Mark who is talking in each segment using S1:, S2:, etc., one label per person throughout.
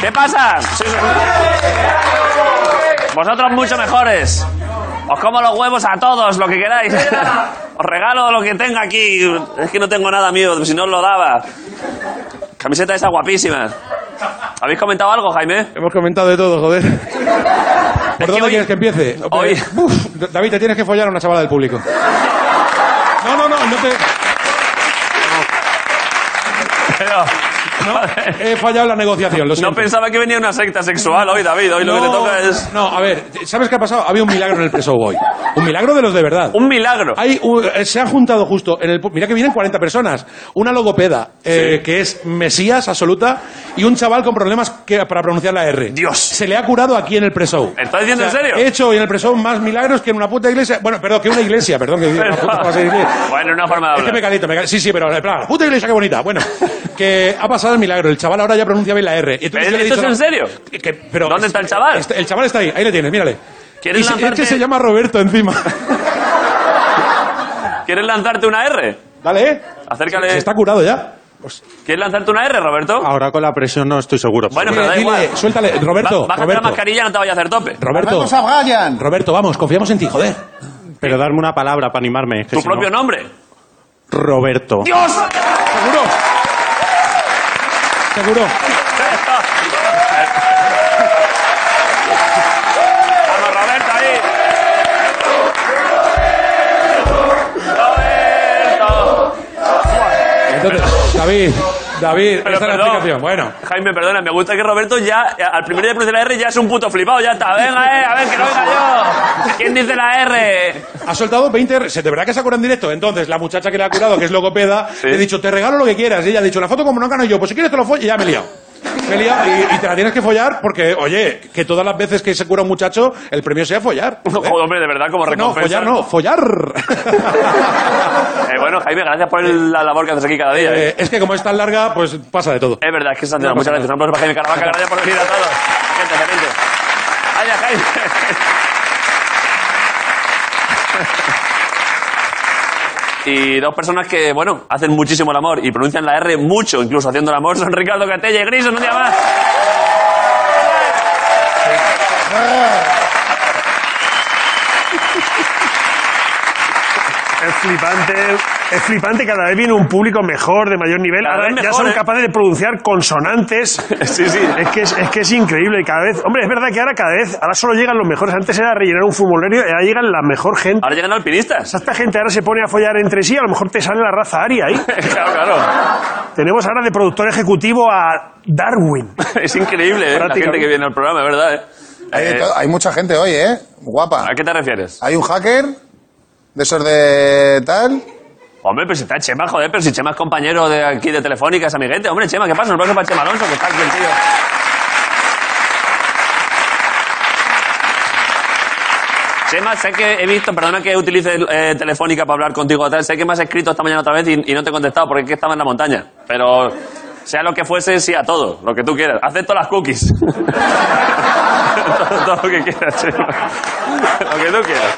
S1: ¿Qué pasa? Sí, sí. Vosotros mucho mejores. Os como los huevos a todos, lo que queráis. Os regalo lo que tenga aquí. Es que no tengo nada mío, si no os lo daba. Camiseta esa guapísima. ¿Habéis comentado algo, Jaime?
S2: Hemos comentado de todo, joder.
S1: que
S2: ¿Por dónde
S1: hoy-
S2: quieres que empiece?
S1: hoy-
S2: Uf, David, te tienes que follar a una chavala del público. No, no, no, no te...
S1: Pero,
S2: He fallado la negociación, lo
S1: no
S2: siento.
S1: pensaba que venía una secta sexual hoy, David. Hoy lo que te toca es
S2: No, a ver, ¿sabes qué ha pasado? Había un milagro en el preso hoy. Un milagro de los de verdad.
S1: un milagro.
S2: Hay un- eh, se ha juntado justo en el pu- mira que vienen 40 personas una logopeda eh, que es mesías absoluta y un chaval con problemas que, para pronunciar la R
S1: Dios.
S2: se le ha curado aquí en el preshow
S1: ¿Estás diciendo en serio?
S2: he hecho hoy en el preshow más milagros que en una puta iglesia bueno perdón que una iglesia perdón que una puta cosa de iglesia.
S1: Bueno, una forma de
S2: es que
S1: hablar.
S2: me caliento me caliento. sí sí pero en plan, puta iglesia qué bonita bueno que ha pasado el milagro el chaval ahora ya pronuncia bien la R Y entonces
S1: ¿Pero
S2: yo le he
S1: esto es
S2: dicho, no,
S1: en serio?
S2: que- que- pero-
S1: ¿Dónde está el chaval?
S2: Este- el chaval está ahí ahí le tienes mírale
S1: ¿Quieres
S2: Y se- es
S1: lanzarte-
S2: que se llama Roberto encima
S1: ¿Quieres lanzarte una R?
S2: dale eh
S1: Acércale.
S2: Se está curado ya.
S1: ¿Quieres lanzarte una R, Roberto?
S3: Ahora con la presión no estoy seguro.
S1: Bueno,
S2: Dile,
S1: pero da
S2: dile,
S1: igual.
S2: suéltale, Roberto,
S1: Ba- Bájate
S2: Roberto.
S1: la mascarilla, no te vaya a hacer tope.
S2: Roberto,
S4: Roberto Sabgallan.
S2: Roberto, vamos, confiamos en ti, joder.
S3: Pero darme una palabra para animarme. es que
S1: Tu
S3: si no-
S1: propio nombre.
S3: Roberto.
S1: ¡Dios!
S2: Seguro. Seguro.
S1: Vamos, Roberto, ahí. Roberto.
S2: Entonces, David, David,
S1: Pero
S2: esta es la
S1: perdón.
S2: explicación. Bueno,
S1: Jaime, perdona, me gusta que Roberto ya, eh, al primer día de pronunciar la R, ya es un puto flipado, ya está. Venga, eh, a ver, que no venga yo. ¿Quién dice la R?
S2: ha soltado 20 R. ¿Se de verdad que se ha curado en directo? Entonces, la muchacha que le ha curado, que es logopeda, le he dicho, te regalo lo que quieras. Y ella ha dicho, la foto como no gano yo, pues si quieres te lo follo. Y ya me he liado. Me he liado y, y te la tienes que follar porque, oye, que todas las veces que se cura un muchacho, el premio sea follar.
S1: Joder, hombre, de verdad, como
S2: No,
S1: recompensa.
S2: follar no, follar.
S1: Eh, bueno, Jaime, gracias por el- la labor que haces aquí cada día. eh.
S2: Eh, es que como es tan larga, pues pasa de todo.
S1: Es verdad, es que Santiago,
S2: No
S1: muchas gracias.
S2: pasa
S1: Un aplauso para Jaime Caravaca, gracias por venir a todos. Gente, gente. Vaya, Jaime. Y dos personas que, bueno, hacen muchísimo el amor y pronuncian la R mucho, incluso haciendo el amor, son Ricardo Catella y Grison, un día más.
S5: Es flipante. Es flipante, cada vez viene un público mejor, de mayor nivel.
S1: Cada
S5: Ahora
S1: vez
S5: ya
S1: mejor,
S5: son
S1: ¿eh?
S5: capaces de pronunciar consonantes.
S1: Sí, sí.
S5: Es que es, es que es increíble. y Cada vez, hombre, es verdad que ahora cada vez, ahora solo llegan los mejores. Antes era rellenar un formulario, y ahora llegan la mejor gente.
S1: Ahora llegan alpinistas.
S5: Esta gente ahora se pone a follar entre sí, a lo mejor te sale la raza aria ahí.
S1: claro, claro.
S5: Tenemos ahora de productor ejecutivo a Darwin.
S1: Es increíble eh, la gente
S5: Prácticamente.
S1: que viene al programa, es verdad. eh.
S4: Hay, de
S1: Eh,
S4: todo- hay mucha gente hoy, ¿eh? Guapa.
S1: ¿A qué te refieres?
S4: Hay un hacker de esos de tal.
S1: Hombre, pero si está Chema, joder, pero si Chema es compañero de aquí de Telefónica, es amiguete. Hombre, Chema, ¿qué pasa? Un aplauso para Chema Alonso, que está aquí el tío. Chema, sé que he visto, perdona que utilice eh, Telefónica para hablar contigo, tal, sé que me has escrito esta mañana otra vez y, y no te he contestado porque es que estaba en la montaña. Pero sea lo que fuese, sí a todo, lo que tú quieras. Acepto las cookies. todo, todo lo que quieras, Chema. lo que tú quieras.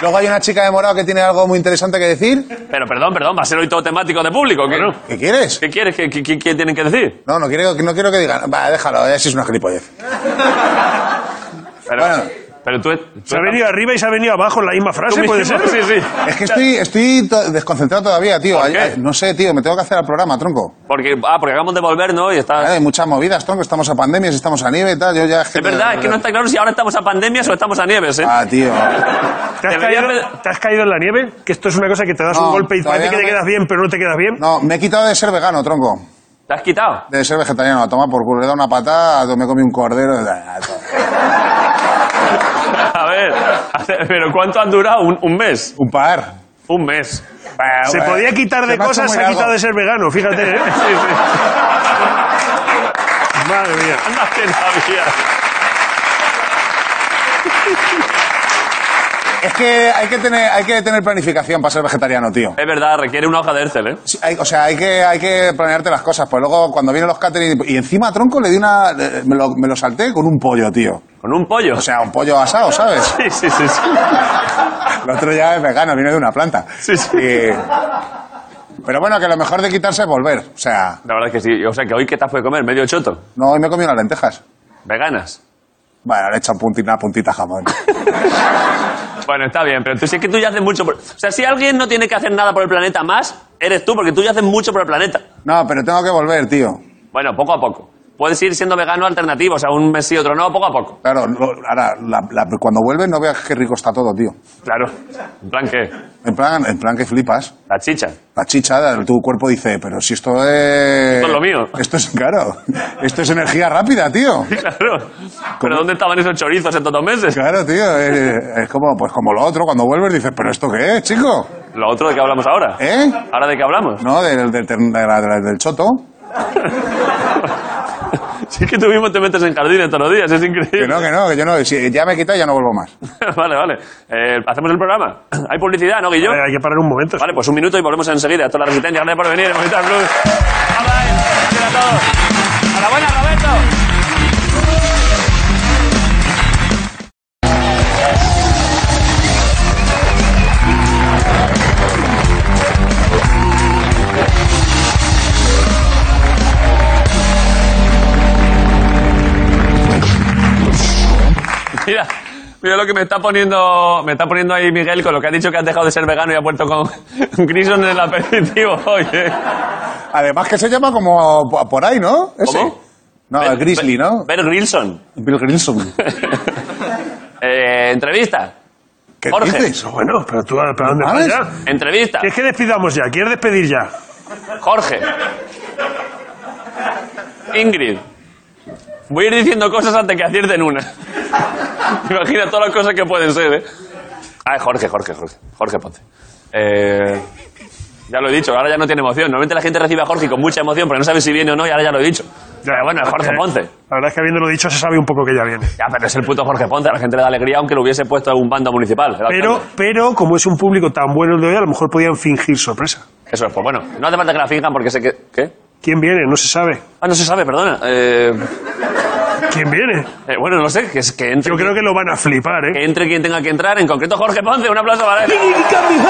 S4: Luego hay una chica de morado que tiene algo muy interesante que decir.
S1: Pero perdón, perdón, va a ser hoy todo temático de público, ¿o ¿qué no?
S4: ¿Qué quieres?
S1: ¿Qué quieres? ¿Qué, qué, qué- qué tienen que decir?
S4: No, no quiero, no quiero que digan. Va, déjalo, eh, si es una gilipollez.
S1: Pero,
S4: Bueno.
S1: pero tú... tú-
S5: Se ha venido arriba y se ha venido abajo en la misma
S1: tú
S5: frase, puede ser.
S1: mismo, Sí, sí.
S4: Es que estoy, estoy to- desconcentrado todavía, tío.
S1: ¿Por
S4: Ay-
S1: qué?
S4: ay, no sé, tío, me tengo que hacer al programa, tronco.
S1: Porque, ah, porque acabamos de volver, ¿no? Y está...
S4: Vale, Hay muchas movidas, tronco. Estamos a pandemias, estamos a nieve y tal. Yo ya
S1: Es verdad, es que no está claro si ahora estamos a pandemias o estamos a nieves, ¿eh?
S4: Ah, tío.
S5: ¿Te has,
S1: Debería
S5: caído,
S1: haber-
S5: te has caído en la nieve? Que esto es una cosa que te das
S4: No,
S5: un golpe y
S4: todavía
S5: parece que
S4: no
S5: te
S4: me-
S5: quedas bien, pero no te quedas bien.
S4: No, me he quitado de ser vegano, tronco.
S1: ¿Te has quitado?
S4: De ser vegetariano. Toma por culo, le da una patada, me comí un cordero. ah, todo.
S1: A ver, pero ¿cuánto han durado? ¿Un, un mes?
S4: Un par.
S1: Un mes. Eh,
S5: Se
S4: bueno,
S5: podía quitar
S4: se
S5: de
S4: me ha hecho
S5: cosas,
S4: muy
S5: se ha quitado
S4: largo.
S5: de ser vegano, fíjate. ¿eh?
S1: Sí, sí.
S5: Madre mía.
S1: Anda, que sabía.
S4: Es que hay que tener, hay que tener planificación para ser vegetariano, tío.
S1: Es verdad, requiere una hoja de Excel, ¿eh?
S4: Sí, hay- o sea, hay que, hay que planearte las cosas. Pues luego, cuando vienen los catering... Y encima, tronco, le di una... eh, Me lo, me lo salté con un pollo, tío.
S1: Con un pollo.
S4: O sea, un pollo asado, ¿sabes?
S1: Sí, sí, sí. sí.
S4: El otro ya es vegano, viene de una planta.
S1: Sí, sí.
S4: Y- Pero bueno, que lo mejor de quitarse es volver. O sea,
S1: La verdad es que sí. O sea, que hoy qué te fue comer, medio choto.
S4: no, hoy me he comido las lentejas.
S1: Veganas.
S4: Bueno, le he hecho un punti- una puntita jamón.
S1: Bueno, está bien, pero tú, si es que tú ya haces mucho por... O sea, si alguien no tiene que hacer nada por el planeta más, eres tú, porque tú ya haces mucho por el planeta.
S4: No, pero tengo que volver, tío.
S1: Bueno, poco a poco. Puedes ir siendo vegano alternativo, o sea, un mes sí, otro no, poco a poco.
S4: Claro, lo- ahora, la- la- cuando vuelves no veas qué rico está todo, tío.
S1: Claro. En plan que,
S4: En plan, en plan que flipas.
S1: la chicha.
S4: La chicha, tu cuerpo dice, pero si esto es...
S1: Esto es lo mío.
S4: Esto es, claro, esto es energía rápida, tío.
S1: Claro. Pero ¿dónde estaban esos chorizos en todos los meses?
S4: Claro, tío, es, es como, pues como lo otro, cuando vuelves dices, pero ¿esto qué es, chico?
S1: Lo otro de qué hablamos ahora.
S4: ¿Eh?
S1: ¿Ahora de qué hablamos?
S4: ¿No? Del, del, ter- de la- de la- del choto.
S1: Si es que tú mismo te metes en jardines todos los días, es
S4: Que
S1: increíble.
S4: no, que no, que yo no, si ya me he quitado ya no vuelvo más.
S1: vale, vale. Eh, Hacemos el programa. Hay publicidad, ¿no, Guillo?
S5: Eh, hay que parar un momento.
S1: Vale, pues un minuto y volvemos enseguida. Esto es la resistencia. Gracias por venir. Movistar Plus. Bye, bye. Gracias a todos. Enhorabuena, Roberto. Mira, mira lo que me está poniendo, me está poniendo ahí Miguel con lo que ha dicho que has dejado de ser vegano y ha vuelto con Grison en el aperitivo. Oye.
S4: Además que se llama como po- por ahí, ¿no? Ese.
S1: ¿Cómo?
S4: No, el Ah, Grizzly, ¿no?
S1: Ver Grilson.
S4: Bill Grilson.
S1: Eh, entrevista.
S4: ¿Qué
S1: Jorge.
S4: dices?
S5: Bueno, pero tú, ¿para dónde vas
S4: ¿Sabes?
S5: ya?
S1: Entrevista.
S5: Es que despidamos ya, ¿quieres despedir ya?
S1: Jorge. Ingrid. Voy a ir diciendo cosas antes que acierten una. Imagina todas las cosas que pueden ser, ¿eh? Ay, Jorge, Jorge, Jorge. Jorge Ponce. Eh, ya lo he dicho, ahora ya no tiene emoción. Normalmente la gente recibe a Jorge con mucha emoción, pero no sabe si viene o no, y ahora ya lo he dicho. Pero bueno, es Jorge
S5: Eh,
S1: Ponce.
S5: La verdad es que habiéndolo dicho se sabe un poco que ya viene.
S1: Ya, pero es el puto Jorge Ponce, a la gente le da alegría aunque lo hubiese puesto un bando municipal. el
S5: Pero,
S1: alcalde.
S5: pero como es un público tan bueno el de hoy, a lo mejor podían fingir sorpresa.
S1: Eso es, pues bueno. No hace falta que la finjan porque sé que... ¿Qué?
S5: ¿Quién viene? No se sabe.
S1: Ah, no se sabe, perdona. Eh,
S5: ¿Quién viene?
S1: eh, bueno, no sé, que, es- que entre...
S5: Yo creo que lo van a flipar, ¿eh?
S1: Que entre quien tenga que entrar, en concreto Jorge Ponce, un aplauso para él. Para él,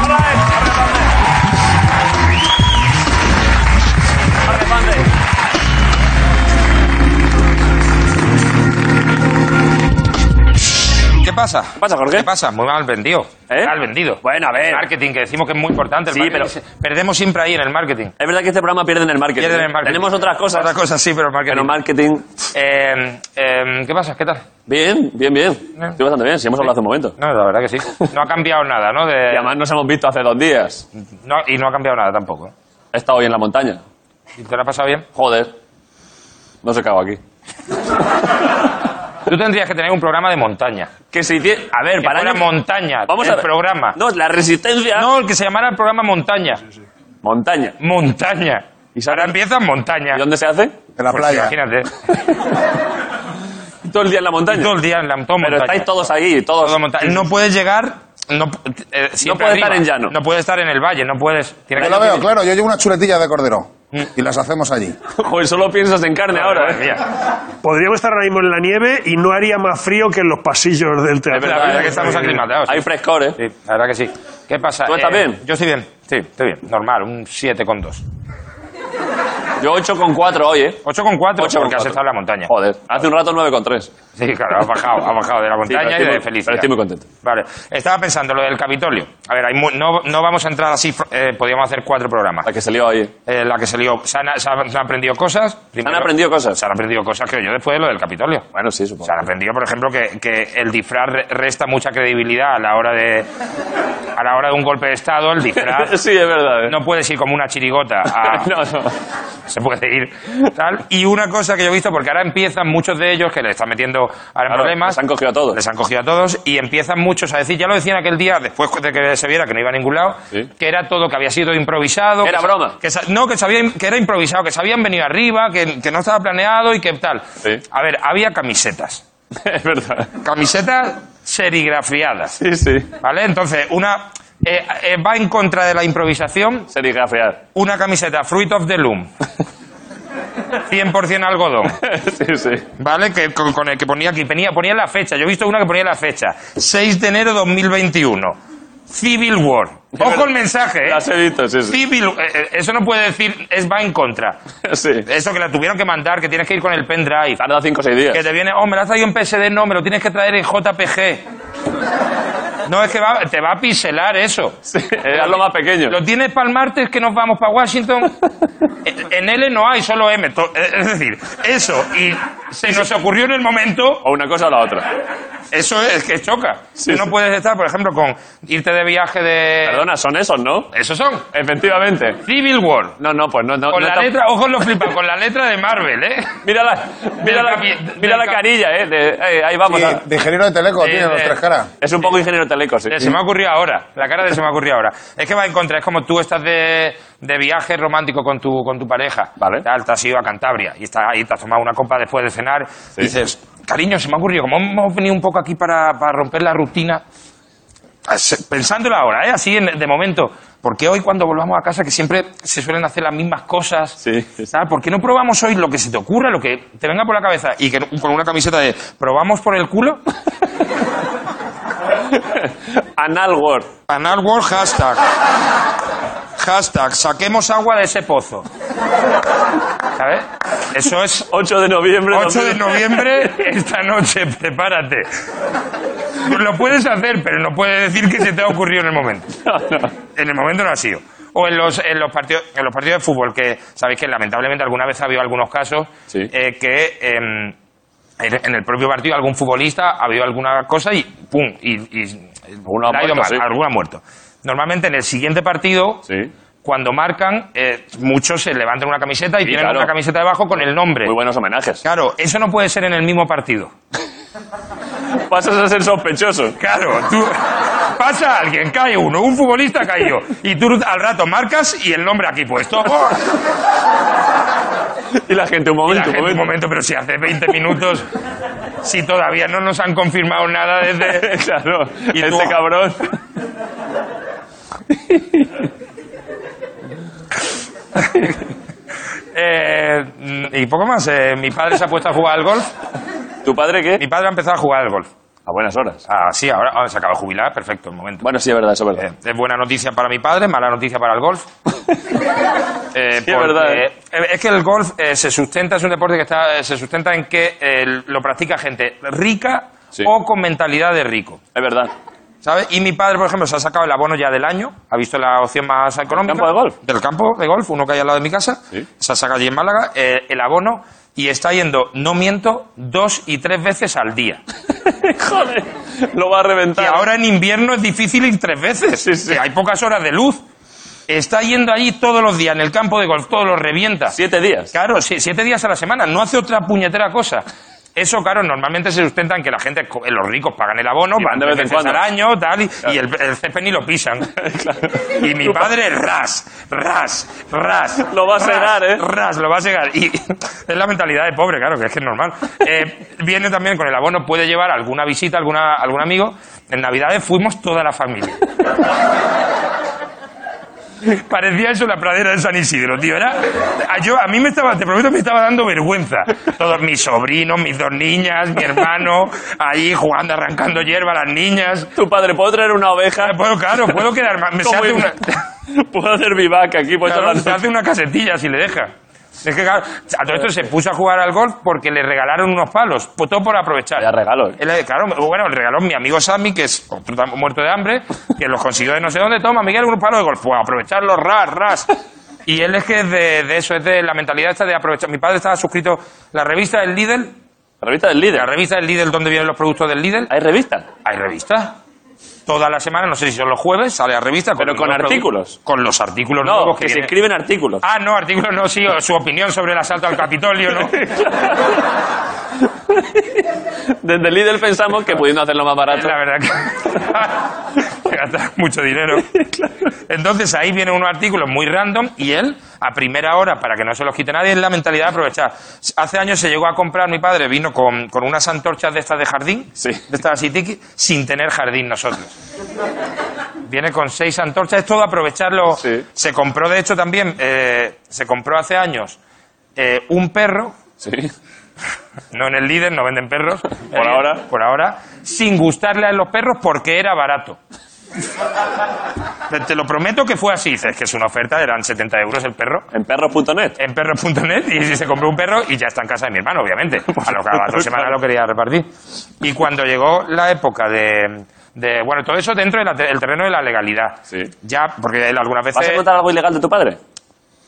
S1: Jorge Ponce. Jorge Ponce.
S6: ¿Qué pasa?
S1: ¿Qué pasa, Jorge?
S6: ¿Qué pasa? Muy mal vendido.
S1: ¿Eh?
S6: Mal vendido.
S1: Bueno, a ver.
S6: El marketing, que decimos que es muy importante. el
S1: Sí,
S6: marketing. Perdemos siempre ahí en el marketing.
S1: Es verdad que este programa pierde en el marketing.
S6: Pierden el marketing.
S1: Tenemos otras cosas.
S6: Otras cosas, sí, pero el marketing.
S1: Pero marketing.
S6: Eh, eh, ¿Qué pasa? ¿Qué tal?
S1: Bien, bien, bien. Estoy bastante bien, si hemos hablado hace un momento.
S6: No, la verdad que sí. No ha cambiado nada, ¿no? De-
S1: Y además nos hemos visto hace dos días.
S6: no, y no ha cambiado nada tampoco.
S1: He estado hoy en la montaña.
S6: ¿Y te lo has pasado bien?
S1: Joder. No se cago aquí.
S6: Tú tendrías que tener un programa de montaña.
S1: Que si tie- A ver,
S6: Que
S1: para.
S6: fuera
S1: año-
S6: montaña.
S1: Vamos
S6: el
S1: a ver.
S6: programa.
S1: No, la resistencia.
S6: No, el que se llamara el programa Montaña.
S1: Montaña.
S6: Montaña.
S1: ¿Y sabe-
S6: ahora empieza Montaña.
S1: ¿Y dónde se hace?
S4: En la
S6: Pues
S4: playa.
S6: Imagínate.
S1: Todo el día en la montaña.
S6: Todo el día en la todo
S1: Pero
S6: montaña.
S1: estáis todos ahí, todos.
S6: Todo monta- No puedes llegar. No,
S1: No
S6: eh, siempre
S1: puedes estar
S6: arriba.
S1: en llano.
S6: No puedes estar en el valle, no puedes. Tienes
S4: Yo lo veo, claro, yo llevo unas chuletillas de cordero
S1: Mm.
S4: y las hacemos allí.
S1: Joder, solo piensas en carne ahora,
S6: Madre
S1: ¿eh?
S6: mía.
S5: Podríamos estar ahora mismo en la nieve y no haría más frío que en los pasillos del
S1: Es
S5: teatro.
S6: La verdad que estamos aclimatados.
S1: Hay frescor, ¿eh?
S6: Sí, la verdad que sí. ¿Qué pasa? Eh,
S1: ¿Tú estás bien?
S6: Yo estoy bien. Sí, estoy bien. Normal, un 7,2.
S1: Yo 8,4 hoy, ¿eh?
S6: 8,4
S1: 8,4.
S6: porque has estado en la montaña.
S1: Joder, hace un rato 9,3. Sí,
S6: Sí, claro, has bajado, has bajado de la
S1: pero
S6: montaña
S1: estoy
S6: y de
S1: muy-
S6: felicidad.
S1: Pero estoy muy contento.
S6: Vale, estaba pensando lo del Capitolio. A ver, hay mu- no, no vamos a entrar así, fr- eh, podríamos hacer cuatro programas.
S1: La que se lió hoy.
S6: Eh, la que se lió, se han, se han- se han aprendido cosas.
S1: ¿Han
S6: Primero-
S1: aprendido cosas?
S6: Se han aprendido cosas, creo yo, después de lo del Capitolio.
S1: Bueno, sí, supongo.
S6: Se han aprendido, por ejemplo, que, que el disfraz re- resta mucha credibilidad a la hora de a la hora de un golpe de estado. El disfraz
S1: sí, es verdad. ¿eh?
S6: no ah. puedes ir como una chirigota. a-
S1: No, no.
S6: Se puede ir tal. Y una cosa que yo he visto, porque ahora empiezan muchos de ellos que le están metiendo ahora en
S1: Claro,
S6: problemas.
S1: les han cogido a todos.
S6: Les han cogido a todos y empiezan muchos a decir, ya lo decían aquel día, después de que se viera que no iba a ningún lado,
S1: Sí.
S6: que era todo, que había sido improvisado.
S1: Que era
S6: se-
S1: broma.
S6: que sa- no, que, se había- que era improvisado, que se habían venido arriba, que, que no estaba planeado y que tal.
S1: Sí.
S6: A ver, había camisetas.
S1: es verdad.
S6: Camisetas serigrafiadas.
S1: Sí, sí.
S6: ¿Vale? Entonces, una. eh, eh, va en contra de la improvisación
S1: Se diga friar.
S6: una camiseta Fruit of the Loom. 100% algodón.
S1: sí, sí.
S6: ¿Vale? Que, con, con el que ponía aquí, ponía, ponía la fecha. Yo he visto una que ponía la fecha. 6 de enero 2021. Civil War. Ojo el mensaje, ¿eh?
S1: Las he visto, sí, sí.
S6: Civil, eh, eh, eso no puede decir, es va en contra.
S1: Sí.
S6: Eso que la tuvieron que mandar, que tienes que ir con el pendrive.
S1: Tarda 5 o 6 días.
S6: Que te viene, oh, me lo has traído en PSD, no, me lo tienes que traer en JPG. No, es que va- te va a pincelar eso.
S1: Sí, eh, hazlo más pequeño.
S6: ¿Lo tienes para el martes que nos vamos para Washington? En- en L no hay, solo M. To- eh, Es decir, eso. Y se nos ocurrió en el momento,
S1: O una cosa o la
S6: Eh.
S1: otra.
S6: eso es que choca.
S1: Sí,
S6: Tú no
S1: sí.
S6: puedes estar, por ejemplo, con irte de viaje de...
S1: Perdona, son esos, ¿no?
S6: Esos son.
S1: Efectivamente.
S6: Civil War.
S1: No, no, pues no. no
S6: Con
S1: no
S6: la
S1: está-
S6: letra, ojo lo flipa, con la letra de Marvel, ¿eh?
S1: Mira la, mira
S6: Del
S1: la,
S6: capi-
S1: mira
S6: del
S1: la
S6: cap-
S1: carilla, ¿eh? de- eh, ahí vamos.
S4: Sí,
S1: a-
S4: de ingeniero de teleco
S1: eh,
S6: Sí,
S4: tiene los
S6: de-
S4: tres caras.
S1: es un poco ingeniero teleco, sí.
S6: Eh, Se me ha ocurrido ahora, la cara de se me ha ocurrido ahora. Es que va en contra, es como tú estás de, de viaje romántico con tu, con tu pareja.
S1: Vale.
S6: Tal, te has ido a Cantabria y estás ahí, te has tomado una copa después de cenar. Y dices, cariño, se me ha ocurrido, como hemos venido un poco aquí para, para romper la rutina, as- pensándolo ahora, ¿eh? así en- de momento, ¿por qué hoy cuando volvamos a casa, que siempre se suelen hacer las mismas cosas,
S1: Sí, sí.
S6: tal? ¿por qué no probamos hoy lo que se te ocurra, lo que te venga por la cabeza? Y que, no- con una camiseta de, ¿probamos por el culo?
S1: Anal Word.
S6: Anal World hashtag. Hashtag, saquemos agua de ese pozo. ¿Sabes? Eso es
S1: 8 de noviembre.
S6: 8 de
S1: 2000.
S6: noviembre, esta noche, prepárate. Pues Lo puedes hacer, pero no puedes decir que se te ha ocurrido en el momento.
S1: No, no.
S6: En el momento no ha sido. O en los, en los, partidos, en los partidos de fútbol, que sabéis que lamentablemente alguna vez ha habido algunos casos
S1: Sí.
S6: eh, que em, en, en el propio partido algún futbolista ha habido alguna cosa y ¡pum! Y, y-
S1: Alguno ha
S6: le ha ido
S1: muerto, sí.
S6: mal, alguno ha muerto. Normalmente en el siguiente partido,
S1: Sí.
S6: cuando marcan, eh, muchos se levantan una camiseta y
S1: Sí,
S6: tienen
S1: claro.
S6: otra camiseta debajo con el nombre.
S1: Muy buenos homenajes.
S6: Claro, eso no puede ser en el mismo partido.
S1: Pasas a ser sospechoso.
S6: Claro, tú pasa alguien, cae uno, un futbolista cayó, y tú al rato marcas y el nombre aquí puesto. ¡Oh!
S1: Y la gente, un
S6: Y la
S1: momento,
S6: gente,
S1: un
S6: un
S1: momento.
S6: momento, pero si hace 20 minutos, si todavía no nos han confirmado nada desde...
S1: claro,
S6: Y
S1: este
S6: tú-
S1: cabrón.
S6: Eh, y poco más, eh, mi padre se ha puesto a jugar al golf,
S1: ¿Tu padre qué?
S6: mi padre ha empezado a jugar al golf.
S1: A buenas horas.
S6: Ah, sí, ahora, ahora se acaba de jubilar, perfecto, el momento.
S1: Bueno, sí, es verdad, eso es
S6: Eh,
S1: verdad.
S6: es buena noticia para mi padre, mala noticia para el golf. Eh,
S1: Sí, es verdad, ¿eh?
S6: eh, es que el golf eh, se sustenta, es un deporte que está, eh, se sustenta en que eh, lo practica gente rica
S1: Sí.
S6: o con mentalidad de rico.
S1: Es verdad.
S6: ¿Sabes? Y mi padre, por ejemplo, se ha sacado el abono ya del año, ha visto la opción más económica.
S1: campo de golf?
S6: Del campo de golf, uno que hay al lado de mi casa.
S1: Sí.
S6: Se ha sacado allí en Málaga eh, el abono y está yendo, no miento, dos y tres veces al día.
S1: Joder, lo va a
S6: Y
S1: reventar.
S6: ahora en invierno es difícil ir tres veces.
S1: Sí, sí.
S6: Que Hay pocas horas de luz. Está yendo allí todos los días en el campo de golf, todo lo revienta.
S1: Siete días.
S6: Claro, sí, siete días a la semana, no hace otra puñetera cosa. Eso, claro, normalmente se sustenta en que la gente, co- eh, los ricos pagan el abono,
S1: Y van
S6: van
S1: de
S6: tres
S1: vez en
S6: veces al
S1: cuando.
S6: año, tal, y, y el, el césped ni lo pisan. Y mi padre, ras, ras, ras.
S1: Lo va a
S6: ras,
S1: segar, ¿eh?
S6: Ras, lo va a llegar. Y es la mentalidad de pobre, claro, que es que es normal. Eh, viene también con el abono, puede llevar alguna visita, alguna, algún amigo. En Navidades fuimos toda la familia. Parecía eso la pradera de San Isidro, tío. Era, a, yo, a mí me estaba, te prometo, me estaba dando vergüenza. Todos mis sobrinos, mis dos niñas, mi hermano, ahí jugando, arrancando hierba a las niñas.
S1: Tu padre, ¿puedo traer una oveja?
S6: Puedo, claro, puedo quedar más. Eh, pues, Me se
S1: ¿Cómo
S6: hace
S1: ir-
S6: una,
S1: Puedo hacer vivac aquí, puedo
S6: claro,
S1: hablar-
S6: Pues se hace una casetilla si le deja. Es que, claro, a todo esto se puso a jugar al golf porque le regalaron unos palos. pues Todo por aprovechar.
S1: Vaya regalo, ¿eh?
S6: Él, eh, claro, bueno, le regaló mi amigo Sammy, que es otro tam- muerto de hambre, que los consiguió de no sé dónde. Toma, Miguel, un palo de golf. Pues aprovecharlo, ras, ras. Y él es que es de, de eso, es de la mentalidad esta de aprovechar. Mi padre estaba suscrito la revista del Lidl,
S1: La revista del
S6: la
S1: líder.
S6: revista del Lidl donde vienen los productos del Lidl.
S1: ¿Hay revista?
S6: Hay revistas. Toda la semana, no sé si son los jueves, sale la revista.
S1: Pero con
S6: los produ-
S1: artículos.
S6: Con los artículos
S1: No,
S6: nuevos
S1: que se
S6: vienen.
S1: escriben artículos.
S6: Ah, no, artículo no, sí, o su opinión sobre el asalto al Capitolio, ¿no?
S1: Desde Lidl pensamos que pudiendo hacerlo más barato.
S6: La verdad que que gastar mucho dinero. Entonces ahí viene un artículo muy random y él, a primera hora, para que no se los quite nadie, es la mentalidad de aprovechar. Hace años se llegó a comprar, mi padre vino con, con unas antorchas de estas de jardín,
S1: Sí.
S6: de estas así tiki, sin tener jardín nosotros. Viene con seis antorchas, es todo aprovecharlo.
S1: Sí.
S6: Se compró, de hecho, también, eh, se compró hace años eh, un perro
S1: Sí.
S6: no en el líder, no venden perros.
S1: Por ahora.
S6: Por ahora. Sin gustarle a los perros porque era barato. Te, te lo prometo que fue así. Dices que es una oferta, eran 70 euros el perro.
S1: En perros.net.
S6: En perros.net y se compró un perro y ya está en casa de mi hermano, obviamente. A lo que a las dos semanas lo quería repartir. Y cuando llegó la época de. de- bueno, todo eso dentro del terreno de la legalidad.
S1: Sí.
S6: Ya, porque él algunas veces.
S1: ¿Vas a contar algo ilegal de tu padre?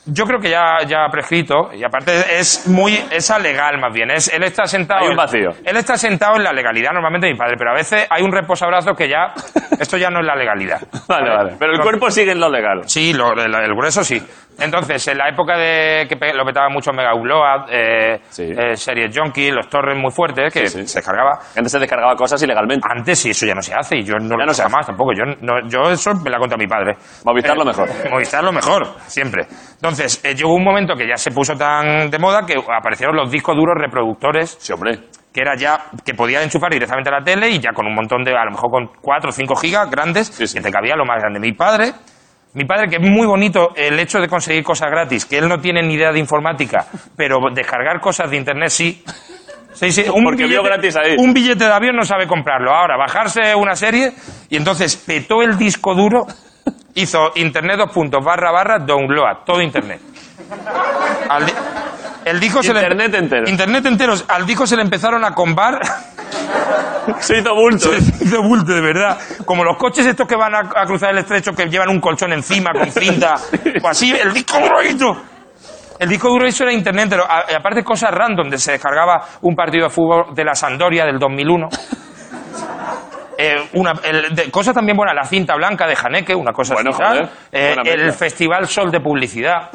S6: Yo creo que ya, ya ha prescrito y aparte es muy es alegal más bien. Es, él está sentado.
S1: Hay un vacío.
S6: Él está sentado en la legalidad normalmente de mi padre, pero a veces hay un reposabrazos que ya esto ya no es la legalidad.
S1: Vale, vale. Pero el cuerpo sigue en lo legal.
S6: Sí, lo- el, el grueso sí. Entonces, en la época de que pe- lo petaba mucho Mega Upload, eh,
S1: Sí.
S6: eh, series Junkie, los torres muy fuertes que
S1: Sí, sí.
S6: se descargaba.
S1: Antes se descargaba cosas ilegalmente.
S6: Antes sí, eso ya no se hace y yo no
S1: Ya
S6: lo
S1: no
S6: no
S1: se hace.
S6: más tampoco. Yo, no- yo eso me la cuento a mi padre.
S1: Movistar lo
S6: Eh,
S1: mejor.
S6: Movistar lo mejor, siempre. Entonces, eh, llegó un momento que ya se puso tan de moda que aparecieron los discos duros reproductores
S1: Sí, hombre.
S6: que era ya que podías enchufar directamente a la tele y ya con un montón de, a lo mejor con 4 o 5 gigas grandes,
S1: Sí, sí.
S6: que te cabía lo más grande. Mi padre, mi padre que es muy bonito el hecho de conseguir cosas gratis, que él no tiene ni idea de informática, pero descargar cosas de internet sí. Sí, sí, un
S1: Porque vio gratis ahí.
S6: un billete de avión no sabe comprarlo. Ahora, bajarse una serie y entonces petó el disco duro, hizo internet dos puntos, barra, barra, download, todo internet. Al di- el disco se le-
S1: Internet entero.
S6: Internet entero. Al disco se le empezaron a combar
S1: Se hizo bulto.
S6: de bulto, de verdad. Como los coches estos que van a, a cruzar el estrecho que llevan un colchón encima con cinta. O así, el disco duro esto. El disco duro eso era internet, entero. A- aparte cosas random, de se descargaba un partido de fútbol de la Sandoria del 2001. Eh, una, el- de- cosas también buenas, la cinta blanca de Janeque, una cosa
S1: Bueno,
S6: así, tal.
S1: joder,
S6: Eh,
S1: buena
S6: el
S1: mezcla.
S6: Festival Sol de Publicidad,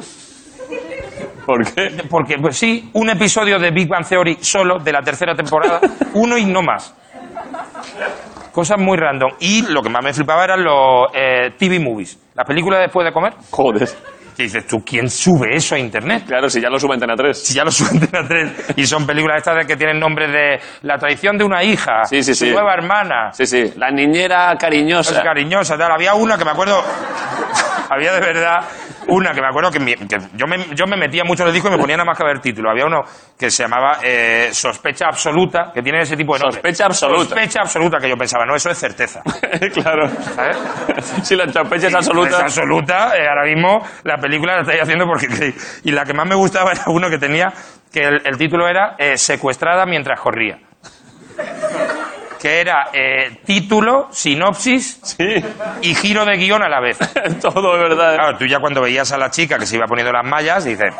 S1: ¿Por qué?
S6: porque pues sí, un episodio de Big Bang Theory solo de la tercera temporada, uno y no más. Cosas muy random. Y lo que más me flipaba eran los eh, TV movies, las películas después de comer.
S1: Joder.
S6: Que dices tú, ¿quién sube eso a internet?
S1: Claro, si ya lo suben a 3.
S6: Si ya lo suben de la tres y son películas estas de que tienen nombres de La traición de una hija,
S1: Sí, sí,
S6: su
S1: sí.
S6: nueva hermana,
S1: Sí, sí. La niñera
S6: cosas
S1: cariñosa.
S6: cariñosas, tal. Había una que me acuerdo. Había de verdad una que me acuerdo que, mi- que yo, me, yo me metía mucho en el disco y me ponía nada más que a ver título. Había uno que se llamaba eh, Sospecha Absoluta, que tiene ese tipo de nombre.
S1: Sospecha absoluta.
S6: Sospecha Absoluta, que yo pensaba, no, eso es certeza.
S1: claro.
S6: ¿Sabes?
S1: Si la sospecha es
S6: ¿Eh? Es
S1: absoluta.
S6: absoluta. eh, ahora mismo la película la estoy haciendo porque. Y la que más me gustaba era uno que tenía, que el, el título era eh, Secuestrada mientras corría. Que era eh, título, sinopsis
S1: Sí.
S6: y giro de guión a la vez.
S1: Todo es verdad. ¿eh?
S6: Claro, tú ya cuando veías a la chica que se iba poniendo las mallas, dices.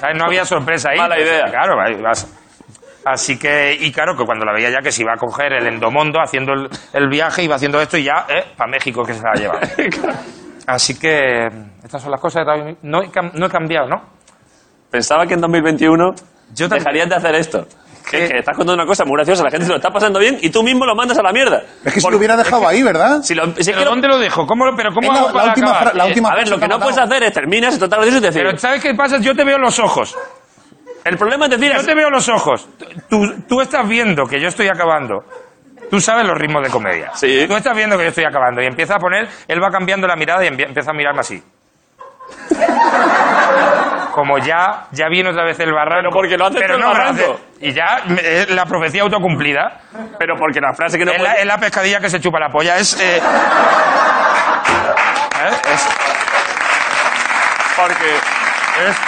S6: ¿Sabes? No había sorpresa ahí.
S1: Mala idea.
S6: Claro, ahí vas. Así que, y claro, que cuando la veía ya que se iba a coger el endomondo haciendo el, el viaje, iba haciendo esto y ya, eh, para México que se la lleva. Así que, estas son las cosas. que No he, cam- no he cambiado, ¿no?
S1: Pensaba que en 2021
S6: Yo también.
S1: dejarías de hacer esto.
S6: ¿Qué?
S1: Es que estás contando una cosa muy graciosa, la gente se lo está pasando bien y tú mismo lo mandas a la mierda.
S4: Es que si
S1: Por-
S4: lo hubiera dejado ahí, ¿verdad?
S1: si lo- si es que
S6: ¿Pero
S1: lo-
S6: dónde lo dejo? ¿Cómo lo, pero cómo
S4: Es la-
S6: hago
S4: la
S6: para
S4: última
S6: acabar?
S4: fra- la
S6: Eh,
S4: última
S1: a ver, lo que no puedes hacer es terminar, se total gracioso y decir.
S6: Pero ¿sabes qué pasa? Yo te veo los ojos.
S1: el problema es decir.
S6: Yo te veo los ojos. Tú, tú estás viendo que yo estoy acabando. Tú sabes los ritmos de comedia.
S1: Sí.
S6: Tú estás viendo que yo estoy acabando y empieza a poner, él va cambiando la mirada y empie- empieza a mirarme así. Como ya, ya viene otra vez el barranco.
S1: Pero porque lo haces tú el
S6: me lo
S1: barranco.
S6: hace. Y ya me- es la profecía autocumplida.
S1: Pero porque la frase que no
S6: es, la,
S1: puedes-
S6: es la pescadilla que se chupa la polla. Es, eh, ¿eh? Es-
S1: Porque.
S6: es-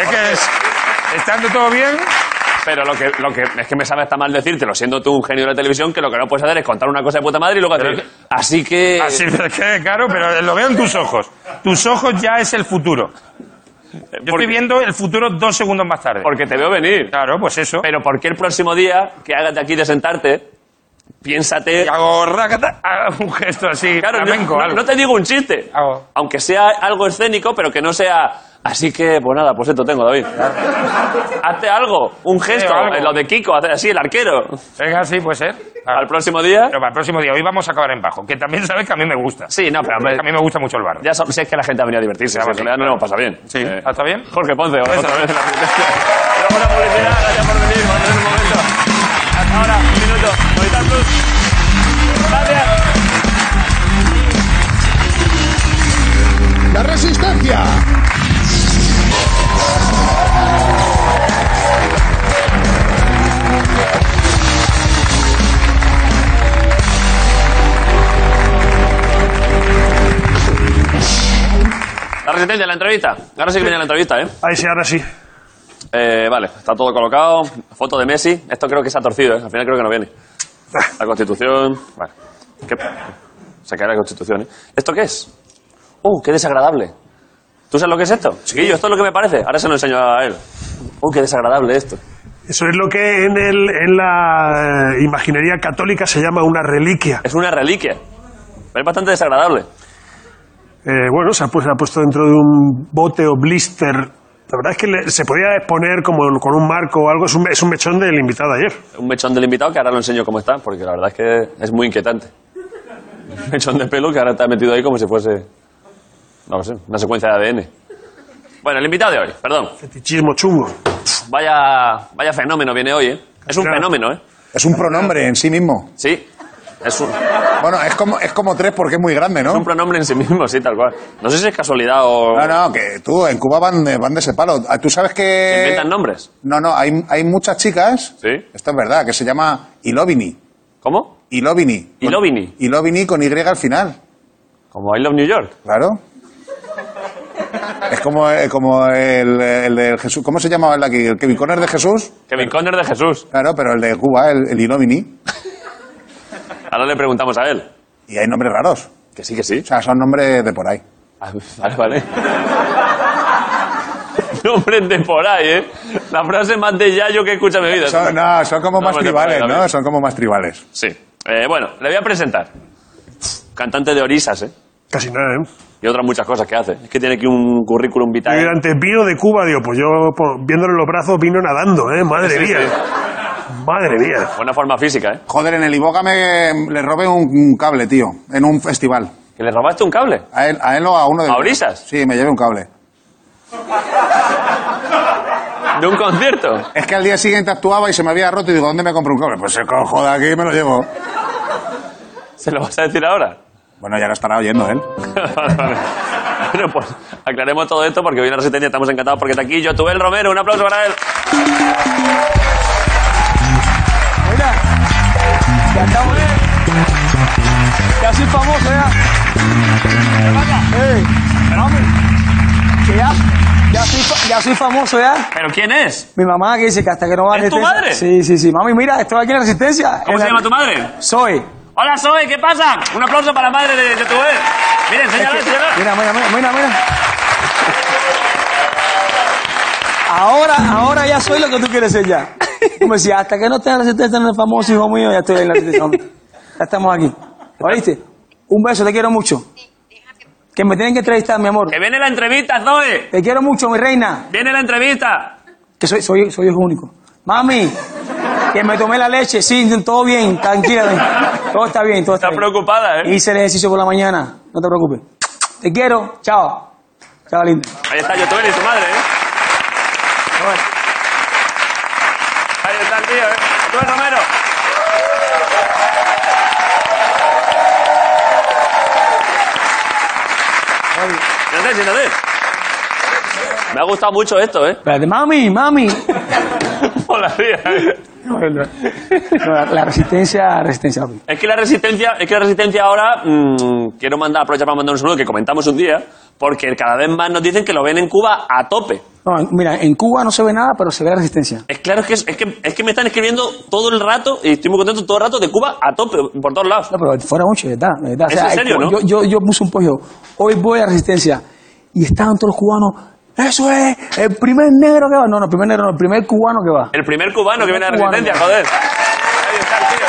S6: es que es, estando todo bien,
S1: Pero lo que, lo que es que me sabe está mal decírtelo, siendo tú un genio de la televisión, que lo que no puedes hacer es contar una cosa de puta madre y luego
S6: Pero
S1: decir. Así que.
S6: Así es que, claro, Ah, pero lo veo en tus ojos. Tus ojos ya es el futuro. Yo
S1: porque,
S6: estoy viendo el futuro dos segundos más tarde.
S1: porque te veo venir.
S6: Claro, pues eso.
S1: Pero porque el próximo día que hagas de aquí de sentarte, piénsate.
S6: Y hago racata, hago un gesto así,
S1: Claro, no-
S6: flamenco,
S1: no,
S6: algo.
S1: no te digo un chiste.
S6: Hago.
S1: Aunque sea algo escénico, pero que no sea. Así que, pues nada, pues esto tengo, David. Hazte algo, un gesto,
S6: algo.
S1: eh, lo de Kiko, hacer así, el arquero.
S6: Venga, sí, puede ser. Ah,
S1: Al próximo día.
S6: Pero para el próximo día, hoy vamos a acabar en bajo, que también sabes que a mí me gusta.
S1: Sí, no, pero hombre,
S6: a mí me gusta mucho el bar.
S1: ya sabes que la gente ha venido a divertirse,
S6: Ya,
S1: si en
S6: vale.
S1: realidad no lo hemos pasado bien.
S6: Sí,
S1: Eh,
S6: ¿Ah, ¿está bien? Pues
S1: Jorge Ponce, ahora otra vez en la publicidad. Pero buena publicidad, gracias por venir, por tener un momento. Hasta ahora, un minuto. Movistar Plus. Gracias.
S4: ¡La resistencia!
S1: resistencia, la entrevista. Ahora sí que viene la entrevista, ¿eh?
S5: Ahí sí, ahora sí.
S1: Eh, Vale, está todo colocado. Foto de Messi. Esto creo que se ha torcido, ¿eh? Al final creo que no viene. La Constitución... Vale. ¿Qué? Se cae la Constitución, ¿eh? ¿Esto qué es? ¡Uh, qué desagradable! ¿Tú sabes lo que es esto? Chiquillo, esto es lo que me parece. Ahora se lo enseño a él. ¡Uh, qué desagradable esto!
S5: Eso es lo que en, el, en la eh, imaginería católica se llama una reliquia.
S1: Es una reliquia. Es bastante desagradable.
S5: Eh, bueno, se ha, pu- se ha puesto dentro de un bote o blister. La verdad es que le- se podía exponer como en- con un marco o algo. Es un, es un mechón del invitado ayer.
S1: Un mechón del invitado que ahora lo enseño cómo está, porque la verdad es que es muy inquietante. Un mechón de pelo que ahora está metido ahí como si fuese, no lo sé, una secuencia de ADN. Bueno, el invitado de hoy, perdón.
S5: Fetichismo chungo.
S1: Vaya, vaya fenómeno viene hoy, ¿eh? Es un
S5: Claro.
S1: fenómeno, ¿eh?
S4: Es un pronombre en sí mismo.
S1: Sí. Es un,
S4: Bueno, es como, es como tres porque es muy grande,
S1: es un
S4: ¿no?
S1: pronombre en sí mismo, sí, tal cual. No sé si es casualidad o...
S4: No, no, que tú, en Cuba van de, van de ese palo. Ah, Tú sabes
S1: se
S4: que...
S1: inventan nombres.
S4: No, no, hay, hay muchas chicas,
S1: Sí.
S4: esto es verdad, que se llama Ilovini.
S1: ¿Cómo?
S4: Ilovini. Con-
S1: Ilovini.
S4: Ilovini con Y al final,
S1: Como I Love New York.
S4: claro. Es como, eh, como el, el de Jesús. ¿Cómo se llamaba el de aquí? El Kevin Conner de Jesús.
S1: Kevin Conner de Jesús.
S4: Claro, pero el de Cuba, el, el Ilovini.
S1: Ahora le preguntamos a él.
S4: Y hay nombres raros.
S1: Que sí, que sí.
S4: O sea, son nombres de por ahí.
S1: Ah, Vale, vale. Nombres de por ahí, ¿eh? La frase más de Yayo que escucha mi vida.
S4: Son, no, son como más
S1: Nombres de por
S4: tribales,
S1: ahí,
S4: ¿no?
S1: también.
S4: Son como más tribales.
S1: Sí. Eh, bueno, le voy a presentar. Cantante de orisas, ¿eh?
S5: Casi nada, ¿eh?
S1: Y otras muchas cosas que hace. Es que tiene aquí un currículum
S5: Y
S1: vital.
S5: durante vino de Cuba, digo, pues yo por- viéndole los brazos vino nadando, ¿eh? Madre
S1: Sí,
S5: mía. Madre mía.
S1: Buena forma física, ¿eh?
S4: Joder, en el Iboga me, le robé un, un cable, tío, en un festival.
S1: Que le robaste un cable.
S4: A él, a él o a uno de...
S1: ¿A Orisas?
S4: Sí, me llevé un cable.
S1: De un concierto.
S4: Es que al día siguiente actuaba y se me había roto y digo, ¿dónde me compro un cable? Pues se cojo de aquí y me lo llevo.
S1: ¿Se lo vas a decir ahora?
S4: Bueno, ya lo estará oyendo él.
S1: Vale, vale. bueno, pues aclaremos todo esto porque hoy en la Resistencia estamos encantados porque está aquí Yotubel Romero. Un aplauso para él.
S7: Ya soy famoso ya. Ey. Que ya, ya, soy, fa- ya soy famoso ya.
S1: ¿Pero quién es?
S7: Mi mamá que dice que hasta que no va
S1: ¿Es tu
S7: Resistencia-
S1: madre?
S7: Sí, sí, sí. Mami, mira, estoy aquí en la resistencia.
S1: ¿Cómo se
S7: En la-
S1: llama tu madre?
S7: Soy.
S1: Hola, Zoe, ¿qué pasa? Un aplauso para la madre de Yotubel. Mira, enséñala,
S7: Es que-
S1: enséñala.
S7: mira, mira, mira, mira, mira. Ahora, ahora ya soy lo que tú quieres ser ya. Como decía, hasta que no estés en la resistencia en el famoso hijo mío, ya estoy en la resistencia. Ya estamos aquí. ¿Oíste? Un beso, te quiero mucho. Que me tienen que entrevistar, mi amor.
S1: Que viene la entrevista, Zoe.
S7: Te quiero mucho, mi reina.
S1: Viene la entrevista.
S7: Que soy, soy, soy hijo único. Mami, que me tomé la leche. Sí, todo bien, tranquila. ven. Todo está bien, todo está
S1: Está
S7: bien.
S1: preocupada, ¿eh?
S7: Hice el ejercicio por la mañana. No te preocupes. Te quiero. Chao. Chao, linda.
S1: Ahí está Yotubel y su madre, ¿eh? Ahí está el tío, ¿eh? Yotubel Romero. Siéntate, siéntate. Me ha gustado mucho esto, ¿eh?
S7: Espérate, mami, mami.
S1: Hola, tía.
S7: No, no. No, la, la resistencia, resistencia. papi.
S1: Es que la resistencia, es que la resistencia ahora mm, quiero mandar aprovechar para mandar un saludo que comentamos un día porque cada vez más nos dicen que lo ven en Cuba a tope.
S7: No, en- mira, en Cuba no se ve nada, pero se ve la resistencia.
S1: Es claro que es, es que es que me están escribiendo todo el rato y estoy muy contento todo el rato de Cuba a tope por todos lados.
S7: No, pero fuera mucho, de ¿verdad? de ¿verdad?
S1: ¿Es en serio,
S7: yo,
S1: no?
S7: yo, yo puse un pollo. Hoy voy a Resistencia. Y estaban todos los cubanos. Eso es el primer negro que va. No, no, el primer negro, no, el primer cubano que va.
S1: El primer cubano que viene a la
S7: Cubano.
S1: resistencia, joder. Ahí está el tío,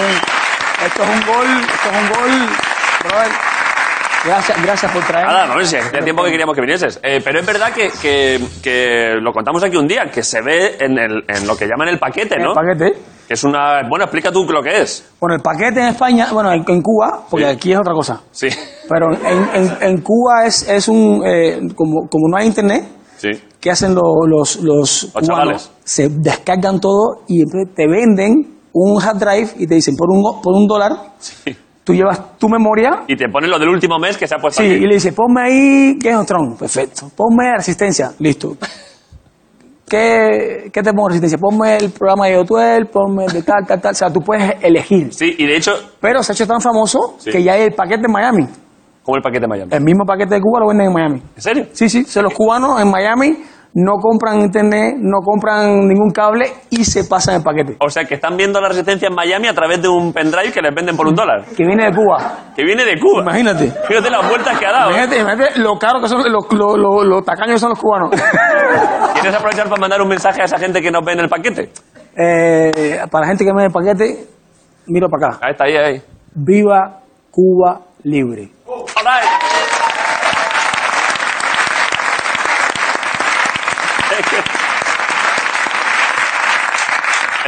S1: ¿eh?
S7: Esto es un gol, esto es un gol. brother. Gracias, gracias por traerme.
S1: Nada, no sé si hacía tiempo que queríamos que vinieses. Eh, pero es verdad que, que, que lo contamos aquí un día, que se ve en, el, en lo que llaman el paquete, ¿no?
S7: El paquete.
S1: Que es una... Bueno, explica tú lo que es.
S7: Bueno, el paquete en España, bueno, en, en Cuba, porque
S1: Sí.
S7: aquí es otra cosa.
S1: Sí.
S7: Pero en, en- en Cuba es, es un. eh, como, como no hay internet,
S1: Sí.
S7: ¿qué hacen lo- los, los
S1: Los
S7: cubanos?
S1: chavales.
S7: Se descargan todo y entonces te venden un hard drive y te dicen por un, por un dólar,
S1: sí.
S7: tú llevas tu memoria.
S1: Y te ponen lo del último mes que se ha puesto
S7: Sí,
S1: aquí.
S7: y le dices, ponme ahí Game of Thrones. Perfecto. Ponme Resistencia. Listo. ¿Qué, ¿Qué te pongo Resistencia? Ponme el programa de Yotuel, ponme el de tal, tal, tal. O sea, tú puedes elegir.
S1: Sí, y de hecho,
S7: Pero se ha hecho tan famoso
S1: Sí.
S7: que ya hay el paquete en Miami.
S1: Como el paquete de Miami.
S7: El mismo paquete de Cuba lo venden en Miami.
S1: ¿En serio?
S7: Sí, sí, se los cubanos en Miami no compran internet, no compran ningún cable y se pasan el paquete.
S1: O sea, que están viendo la resistencia en Miami a través de un pendrive que les venden por un dólar.
S7: Que viene de Cuba.
S1: Que viene de Cuba.
S7: Imagínate.
S1: Fíjate las vueltas que ha dado. ¿eh?
S7: Imagínate, imagínate lo caro que son, lo, lo- lo- lo tacaños que son los cubanos.
S1: ¿Quieres aprovechar para mandar un mensaje a esa gente que nos ve en el paquete?
S7: Eh, para la gente que me dé el paquete, miro para acá.
S1: Ahí está, ahí, ahí.
S7: Viva Cuba libre.
S1: All right. Es que-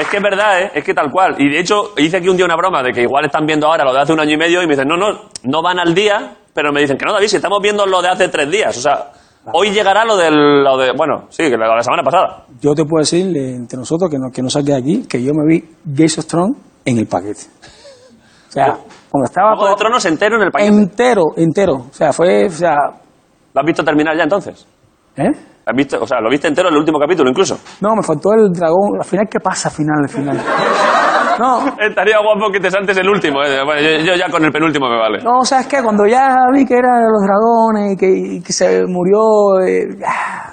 S1: Es que es verdad, ¿eh? es que tal cual. Y de hecho, hice aquí un día una broma de que igual están viendo ahora lo de hace un año y medio y me dicen, no, no, no van al día, pero me dicen que no, David, si estamos viendo lo de hace tres días. O sea, hoy llegará lo, del, lo de. Bueno, sí, que lo de la semana pasada.
S7: Yo te puedo decir, eh, entre nosotros, que no, que no salga de aquí, que yo me vi Jason Strong en el paquete. O sea, cuando estaba
S1: Juego de
S7: todo-
S1: Tronos entero en el país.
S7: entero, entero. O sea, fue, o sea,
S1: ¿Lo has visto terminar ya entonces?
S7: ¿eh?
S1: ¿Lo has visto? O sea, lo viste entero en el último capítulo incluso.
S7: No, me faltó el dragón. Al final, ¿qué pasa? Final, al final. No,
S1: Estaría guapo que te saltes el último. ¿eh? Bueno, yo, yo ya con el penúltimo me vale.
S7: no, ¿sabes qué? Cuando ya vi que era de los dragones y que, y que se murió. eh, ah.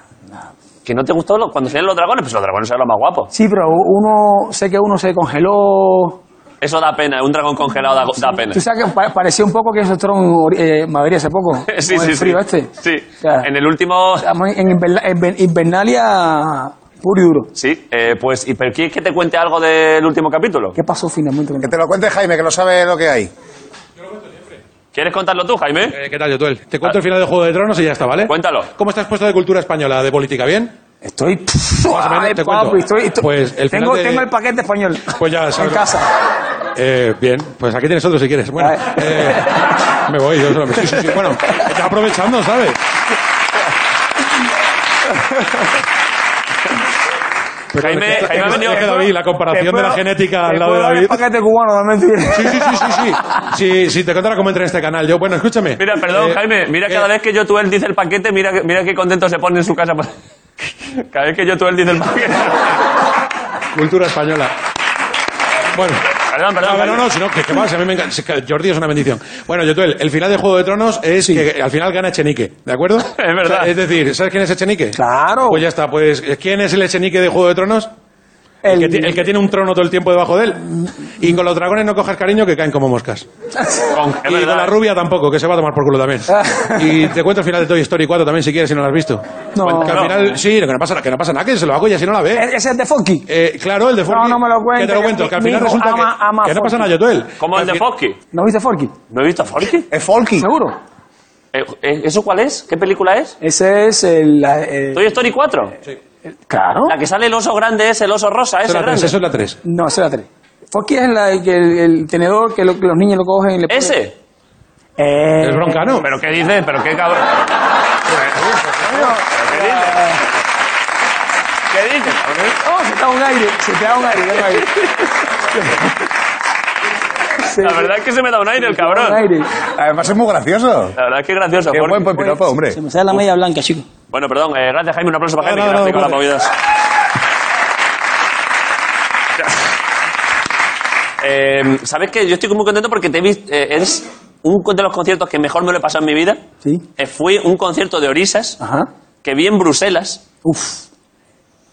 S1: ¿Que no te gustó lo- cuando salen los dragones? Pues los dragones eran los más guapos.
S7: sí, pero uno, sé que uno se congeló.
S1: Eso da pena, un dragón congelado da, da pena.
S7: Tú sabes que pa- parecía un poco que Jason Strong eh, Madrid hace poco.
S1: Sí,
S7: con
S1: sí,
S7: el
S1: sí.
S7: frío este.
S1: Sí.
S7: O sea,
S1: En el último.
S7: Estamos en, Inverna- en Invernalia puro y duro.
S1: Sí, eh, pues. ¿Y pero quieres que te cuente algo del último capítulo?
S7: ¿Qué pasó finalmente?
S4: Que te lo cuente Jaime, que lo sabe lo que hay.
S1: ¿Quieres contarlo tú, Jaime?
S2: Eh, ¿Qué tal, Yotuel? Te cuento el final de Juego de Tronos y ya está, ¿vale?
S1: Cuéntalo.
S2: ¿Cómo estás puesto de cultura española, de política? ¿Bien?
S7: Estoy.
S2: Más o menos
S7: Ay,
S2: te
S7: papi,
S2: cuento.
S7: estoy. estoy-
S2: Pues el
S7: tengo,
S2: final de-
S7: tengo el paquete español.
S2: Pues ya
S7: En
S2: sabes.
S7: casa.
S2: Eh, bien, pues aquí tienes otro si quieres. Bueno,
S7: Vale.
S2: eh, me voy, yo solo me sí, sí, sí. Bueno, ya aprovechando, ¿sabes? Pero
S1: Jaime-
S2: es que-
S1: Jaime ha
S2: es que-
S1: venido-
S2: es que David, la
S7: Te
S2: comparación de
S7: puedo-
S2: la genética
S7: te
S2: al lado de
S7: puedo dar
S2: David.
S7: El paquete cubano también tiene.
S2: Sí, sí, sí, sí, sí. Sí, sí, te contará cómo entré en este canal. Yo, bueno, escúchame.
S1: Mira, perdón,
S2: Eh,
S1: Jaime. Mira
S2: eh,
S1: cada vez que yo tú él dice el paquete, mira, que- mira qué contento se pone en su casa. Cada vez que yo tú él dice el paquete.
S2: Cultura española. Bueno.
S1: Perdón, perdón.
S2: No,
S1: Jaime.
S2: no, no, sino que, que va, si a mí me encanta. si es que Jordi es una bendición. Bueno, Yotuel, el final de Juego de Tronos es que al final gana Echenique, ¿de acuerdo? es
S1: verdad.
S2: es decir, ¿sabes quién es Echenique?
S7: Claro.
S2: Pues ya está, pues ¿quién es el Echenique de Juego de Tronos? El, que, ti- el que tiene un trono todo el tiempo debajo de él. Y con los dragones no cojas cariño que caen como moscas.
S1: Con- es
S2: y
S1: verdad. ¿eh?
S2: con la rubia tampoco, que se va a tomar por culo también. y te cuento el final de Toy Story 4 también si quieres, si no lo has visto. Pues
S7: No.
S2: Que al final, sí, que no pasa, que no pasa nada, que se lo hago y así no la ve.
S7: ¿Ese es de Fonky?
S2: Eh, claro, el de Forky.
S7: no me lo
S2: Que te
S7: cuentes,
S2: lo cuento,
S7: que
S2: que al
S7: mi
S2: final
S7: hijo
S2: resulta
S7: ama-
S2: que,
S7: ama
S2: que no pasa
S7: Forky.
S2: nada, Yotuel.
S1: Como el de Fosky.
S7: ¿No viste Forky?
S1: ¿No he visto a Fosky?
S4: Es Folky.
S7: ¿Seguro?
S1: Eh, eh, ¿Eso cuál es? ¿Qué película es?
S7: Ese es el. la- el-
S1: ¿Toy Story 4?
S7: claro.
S1: La que sale el oso grande es el oso rosa, ese
S2: Eso es la
S1: grande.
S2: 3, eso es la 3.
S7: No, ese es la 3. Forky es la, el, el- el tenedor que, lo- que los niños lo cogen y le ponen-
S1: ¿Ese?
S7: Eh,
S2: El broncano.
S1: ¿Pero qué dices? ¿Pero qué cabrón? ¿Pero qué dices? ¿Qué dices? cabrón?
S7: Oh, se te da un aire. Se te da un aire. dame aire. Se-
S1: La verdad es que se me da un aire el
S7: se te da un
S1: cabrón.
S7: aire.
S4: Además es muy gracioso.
S1: La verdad es que es gracioso.
S4: Qué
S1: Jorge.
S4: buen piropo, hombre.
S7: Se me sale la media blanca, chico.
S1: Bueno, perdón. eh, gracias, Jaime. Un aplauso para Jaime,
S2: Nada,
S1: que nos
S2: nada,
S1: explica las
S2: nada,
S1: movidas. Eh, ¿Sabes qué? Yo estoy muy contento porque te he visto... eh, eres un de los conciertos que mejor me lo he pasado en mi vida.
S7: Sí.
S1: Eh, fui un concierto de Orisas
S7: Ajá.
S1: que vi en Bruselas.
S7: Uf.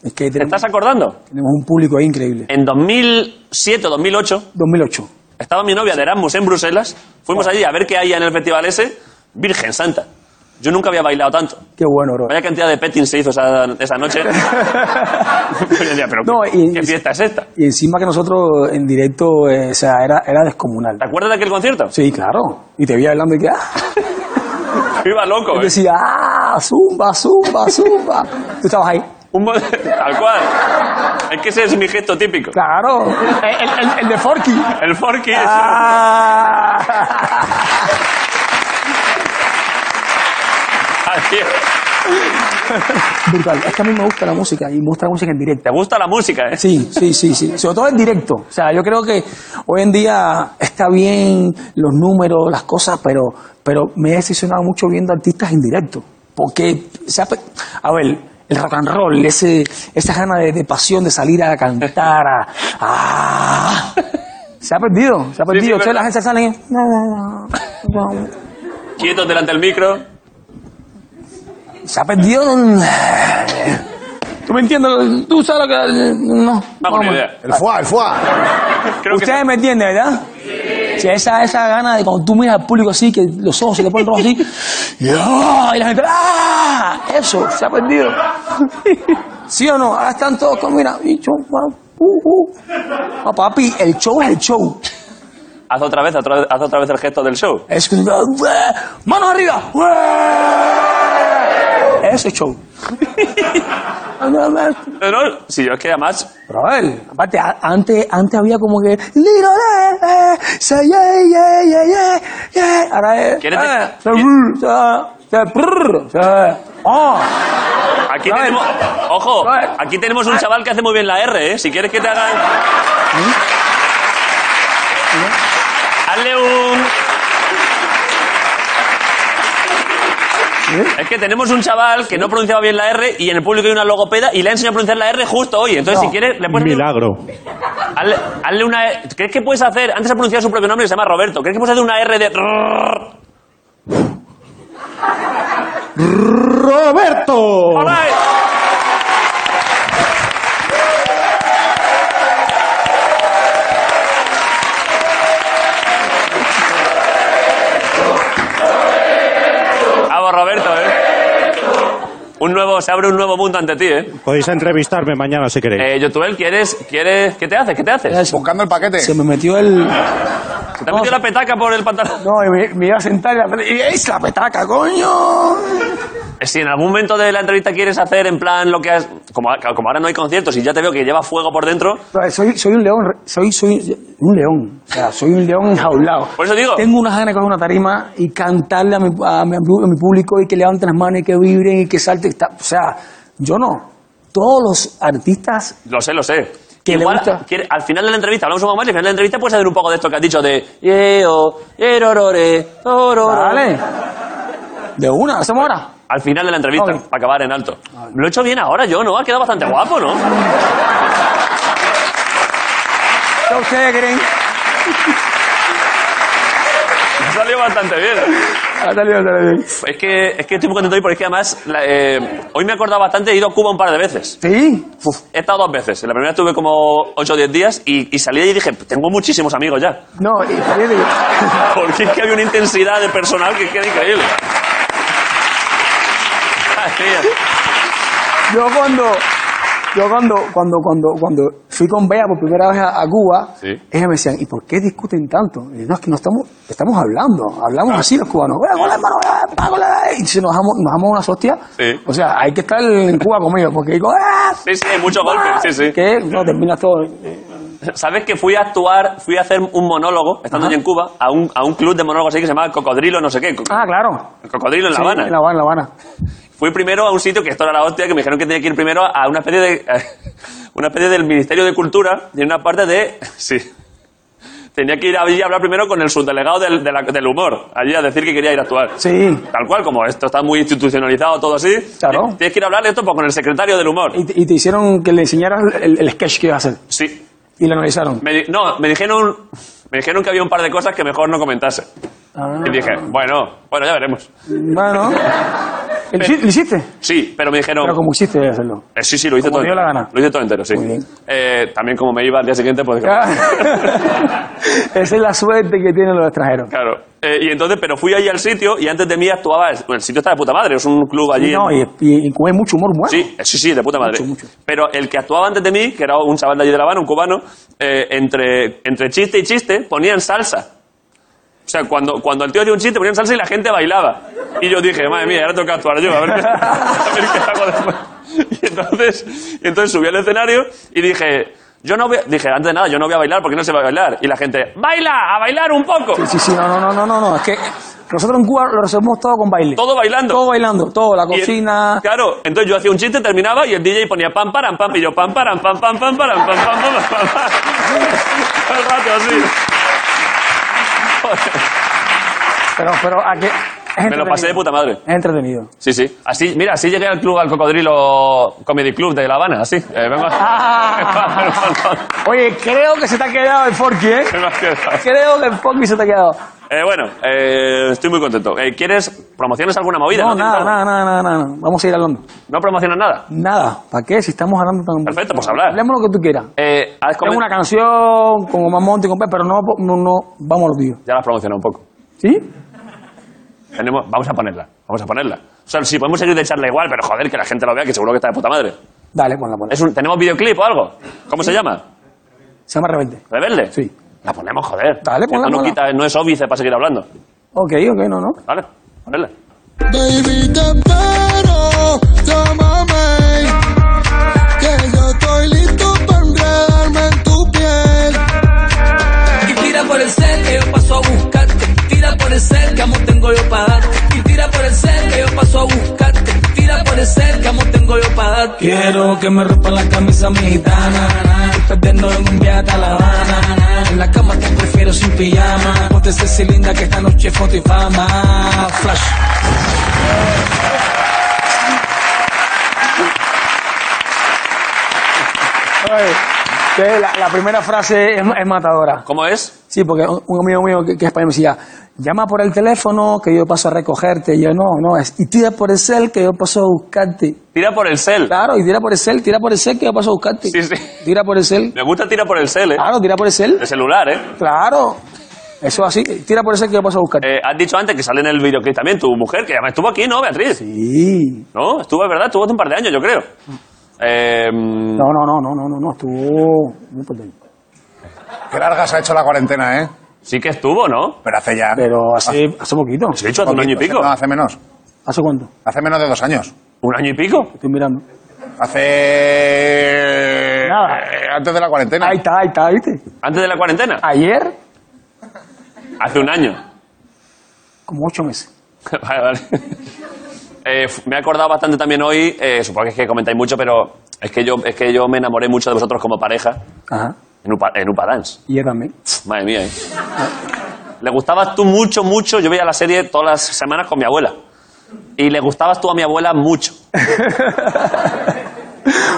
S7: Es que
S1: ¿Te
S7: tenemos,
S1: estás acordando?
S7: tenemos un público ahí increíble.
S1: En 2007 o 2008
S7: 2008.
S1: Estaba mi novia de Erasmus en Bruselas. Fuimos allí a ver qué hay en el festival ese. Virgen Santa. Yo nunca había bailado tanto.
S7: Qué bueno, bro.
S1: Vaya cantidad de petting se hizo esa, esa noche. Yo decía, pero
S7: No, y-
S1: ¿qué fiesta es esta?
S7: Y encima que nosotros en directo, eh, o sea, era, era descomunal.
S1: ¿Te acuerdas de aquel concierto?
S7: Sí, claro. Y te vi hablando y que, ah,
S1: Iba loco,
S7: y
S1: ¿eh?
S7: decía, ah, zumba, zumba, zumba. Tú estabas ahí.
S1: Un mo- Tal cual. Es que ese es mi gesto típico.
S7: Claro. El, el- el de Forky.
S1: El forky es...
S7: Ah.
S1: Así es.
S7: Brutal. Es que a mí me gusta la música y me gusta la música en directo.
S1: Te gusta la música, ¿eh?
S7: Sí, sí, sí, sí. Sobre todo en directo. O sea, yo creo que hoy en día está bien los números, las cosas, pero, pero me he decepcionado mucho viendo artistas en directo. Porque, o sea, pe- a ver, el rock and roll, ese, esa gana de, de pasión de salir a cantar, a, ah, se ha perdido, se ha perdido. Entonces
S1: pero-
S7: la gente sale y...
S1: Quietos delante del micro.
S7: Se ha perdido. ¿Tú me entiendes? ¿Tú sabes lo que.? No.
S1: No hago ni idea.
S4: El fuá, el fuá.
S1: Creo que
S7: Ustedes me entienden, ¿verdad? Sí, esa, esa gana de cuando tú miras al público así, que los ojos se te ponen rojos así, y, ¡ah! y la gente, ¡ah! Eso, se ha perdido. ¿Sí o no? Ahora están todos con, mira, y yo, wow, uh, uh. No, papi, el show es el show.
S1: haz otra vez, otra vez- haz otra vez el gesto del show.
S7: Es que, ¡ah! ¡Manos arriba! ¡Ah! Eso es show.
S1: No, no, si yo es que además
S7: Pero a ver, aparte, a- antes, antes había como que. "Little, eh, eh, say yeah, yeah, yeah, yeah, yeah". Ahora es.
S1: ¿Quieres de-
S7: eh, se- brr, se- se- brr, se- oh.
S1: Aquí
S7: Vale.
S1: tenemos. Ojo,
S7: Vale.
S1: aquí tenemos un chaval que hace muy bien la R, ¿eh? Si quieres que te haga. Hazle un. Es que tenemos un chaval que no pronunciaba bien la R y en el público hay una logopeda y le ha enseñado a pronunciar la R justo hoy. Entonces, si quieres, le puedes.
S3: Milagro.
S1: Hazle, hazle una. E- ¿Crees que puedes hacer. Antes ha pronunciado su propio nombre que se llama Roberto. ¿Crees que puedes hacer una R de.
S3: ¡Roberto!
S1: All right. Vamos, Roberto, ¿eh? Un nuevo, se abre un nuevo mundo ante ti, ¿eh?
S3: Podéis entrevistarme mañana si queréis.
S1: Eh, Yotuel, ¿quieres, quieres, ¿qué te haces? ¿Qué te haces?
S7: Se-
S4: Buscando el paquete.
S7: Se me metió el.
S1: ¿Te has metido la petaca por el pantalón?
S7: No, y me, me iba a sentar y la peta- y es la petaca, coño.
S1: Eh, Si en algún momento de la entrevista quieres hacer en plan lo que has... Como, como ahora no hay conciertos y ya te veo que lleva fuego por dentro,
S7: Pero Soy, soy un león, re- soy, soy un león. O sea, soy un león enjaulado.
S1: Por eso digo.
S7: Tengo unas ganas de coger una tarima y cantarle a mi, a mi- a mi público y que levanten las manos y que vibren y que salten. Está- O sea, yo no. Todos los artistas
S1: Lo sé, lo sé.
S7: Que le
S1: Igual,
S7: gusta.
S1: quiere- al final de la entrevista, hablamos un poco más, y al final de la entrevista puedes hacer un poco de esto que has dicho de... Yeo, yerorore, tororo.
S7: Vale. De una, ¿lo hacemos ahora.
S1: Al final de la entrevista,
S7: Ok.
S1: para acabar en alto. Lo he hecho bien ahora yo, ¿no? Ha quedado bastante guapo, ¿no?
S7: ¿Qué ustedes creen?
S1: Ha salido bastante bien.
S7: Ha salido, ha salido.
S1: Es que, es que estoy muy contento hoy porque es que además la- eh, hoy me he acordado bastante, he ido a Cuba un par de veces.
S7: Sí.
S1: He estado dos veces. En la primera estuve como 8 o 10 días y, y salí de ahí y dije, tengo muchísimos amigos ya.
S7: No, y fíjate que-
S1: Porque es que había una intensidad de personal que, que era increíble. Ay, mía.
S7: yo cuando. Yo cuando, cuando, cuando, cuando fui con Bea por primera vez a, a Cuba,
S1: Sí.
S7: ellas me decían, ¿y por qué discuten tanto? Y yo, no, es que no estamos, estamos hablando, hablamos así los cubanos. "Hola, hola, hermano, hola, pa, hola", Y si nos damos, nos damos unas hostias,
S1: Sí.
S7: o sea, hay que estar en Cuba conmigo, porque digo, ¡ah!
S1: Sí, sí, hay mucho golpe, sí, sí.
S7: Que no terminas todo. eh,
S1: ¿Sabes que fui a actuar, fui a hacer un monólogo, estando yo en Cuba, a un, a un club de monólogos ahí que se llamaba Cocodrilo, no sé qué, co-
S7: Ah, claro.
S1: Cocodrilo en La
S7: Sí,
S1: Habana.
S7: La Habana, La Habana.
S1: Fui primero a un sitio que esto era la hostia, que me dijeron que tenía que ir primero a una especie de. una especie del Ministerio de Cultura, y en una parte de. Sí. Tenía que ir allí a hablar primero con el subdelegado del, de la- del humor, allí a decir que quería ir a actuar.
S7: Sí.
S1: Tal cual, como esto está muy institucionalizado, todo así.
S7: Claro.
S1: Tienes que ir a hablar de esto pues, con el secretario del humor.
S7: Y te, y te hicieron que le enseñaras el, el sketch que ibas a hacer.
S1: Sí.
S7: Y lo analizaron.
S1: Me di- no, me dijeron, me dijeron que había un par de cosas que mejor no comentase.
S7: Ah,
S1: Y dije, bueno, bueno, ya veremos.
S7: bueno. ¿Lo hici- lo hiciste?
S1: Sí, pero me dijeron...
S7: Pero como hiciste debes hacerlo.
S1: eh, sí, sí, lo hice
S7: como
S1: todo
S7: dio
S1: entero.
S7: la gana.
S1: Lo hice todo entero, sí.
S7: Muy bien.
S1: Eh, también como me iba al día siguiente, pues... dije,
S7: Ah. Esa es la suerte que tienen los extranjeros.
S1: Claro. Eh, y entonces, pero fui allí al sitio y antes de mí actuaba... bueno, el sitio está de puta madre, es un club allí...
S7: No,
S1: en-
S7: y, y, y como hay mucho humor bueno.
S1: Sí, eh, sí, sí, de puta madre.
S7: Mucho, mucho.
S1: Pero el que actuaba antes de mí, que era un chaval de allí de La Habana, un cubano, eh, entre, entre chiste y chiste ponían salsa. O sea, cuando, cuando el tío dio un chiste ponían salsa y la gente bailaba. Y yo dije, madre mía, ahora tengo que actuar yo, a ver, qué- a ver qué hago después. Y entonces, y entonces subí al escenario y dije, yo no voy a- dije, antes de nada, yo no voy a bailar porque no se va a bailar. Y la gente, ¡baila! ¡A bailar un poco!
S7: Sí, sí, sí, no, no, no, no, no, no. Es que nosotros en Cuba lo resolvemos todo con baile.
S1: Todo bailando.
S7: Todo bailando, todo, la
S1: Y el-
S7: cocina.
S1: claro, entonces yo hacía un chiste, terminaba y el DJ ponía pam, param, pam, y yo pam, param, pam, pam, pam, param, pam, pam, pam, pam, pam. Todo el rato así.
S7: Pero, pero, ¿a qué? Es
S1: Me lo
S7: entretenido.
S1: pasé de puta madre.
S7: Es entretenido.
S1: Sí, sí. Así, mira, así llegué al club, al Cocodrilo Comedy Club de La Habana, así. Eh, vengo
S7: Ah. Oye, creo que se te ha quedado el Forky, ¿eh? Creo que el Forky se te ha quedado.
S1: Eh, bueno, eh, estoy muy contento. Eh, ¿Quieres promociones alguna movida?
S7: No, nada,
S1: ¿Tienes algo?
S7: nada, nada, nada, nada. Vamos a ir hablando.
S1: No promocionas nada.
S7: Nada. ¿Para qué? Si estamos hablando tan...
S1: Perfecto, pues hablar.
S7: Hablemos lo que tú quieras.
S1: Eh, has
S7: Tengo
S1: comen-
S7: una canción con Omar Monte y con Pepe, pero no, no, no, vamos a lo tuyo.
S1: Ya la has promocionado un poco.
S7: ¿Sí?
S1: Tenemos- Vamos a ponerla. Vamos a ponerla. O sea, si podemos seguir de charla igual, pero joder, que la gente lo vea, que seguro que está de puta madre.
S7: Dale, ponla, ponla.
S1: Es un- ¿Tenemos videoclip o algo? ¿Cómo se llama?
S7: Se llama Rebelde.
S1: ¿Rebelde?
S7: Sí.
S1: La ponemos, joder.
S7: Dale,
S1: Que esto
S7: ponla,
S1: no,
S7: ponla.
S1: quita, no es óbice para seguir hablando.
S7: Ok, ok, no, no.
S1: Vale, ponedla.
S8: Baby, te espero, llámame, que yo estoy listo para enredarme en tu piel.
S9: Y tira por el cel que yo paso a buscarte. Tira por el cel que amor tengo yo para darte. Y tira por el cel que yo paso a buscarte. Tira por el cel que amor tengo yo para darte. Quiero que me rompa la camisa mi gitana. Estoy perdiendo en un viaje a La Habana. En la cama te prefiero sin pijama. Ponte sexy linda que esta noche es foto y fama. Flash.
S7: Oye, que la, la primera frase es, es matadora.
S1: ¿Cómo es?
S7: Sí, porque un un amigo mío que, que es español me decía, llama por el teléfono que yo paso a recogerte. Y yo, no, no, es, y tira por el cel que yo paso a buscarte.
S1: Tira por el cel.
S7: Claro, y tira por el cel, tira por el cel que yo paso a buscarte.
S1: Sí, sí.
S7: Tira por el cel.
S1: Me gusta tira por el cel, ¿eh?
S7: Claro, tira por el cel.
S1: El celular, ¿eh?
S7: Claro. Eso así, tira por el cel que yo paso a buscarte.
S1: Eh, Has dicho antes que sale en el videoclip también tu mujer, que además estuvo aquí, ¿no, Beatriz?
S7: Sí.
S1: No, estuvo, es verdad, estuvo hace un par de años, yo creo. Eh,
S7: No, no, no, no, no, no, no, estuvo muy potente.
S4: Qué larga se ha hecho la cuarentena, ¿eh?
S1: sí que estuvo, ¿no?
S4: Pero hace ya.
S7: Pero hace, hace poquito.
S1: Ah. Sí, he dicho hace un año y
S4: poquito,
S1: pico.
S4: No, hace menos.
S7: ¿Hace cuánto?
S4: Hace menos de dos años.
S1: ¿Un año y pico?
S7: Estoy mirando.
S4: Hace.
S7: Nada.
S4: eh, Antes de la cuarentena.
S7: Ahí está, ahí está, ¿viste?
S1: ¿Antes de la
S7: Ah.
S1: cuarentena?
S7: Ayer,
S1: Hace un año.
S7: como ocho meses.
S1: Vale, vale. Eh, f- me he acordado bastante también hoy, eh, supongo que es que comentáis mucho, pero es que yo, es que yo me enamoré mucho de vosotros como pareja
S7: Ajá.
S1: en Upa, en Upa Dance.
S7: Y yo también.
S1: Madre mía, ¿eh? Le gustabas tú mucho, mucho. Yo veía la serie todas las semanas con mi abuela. Y le gustabas tú a mi abuela mucho.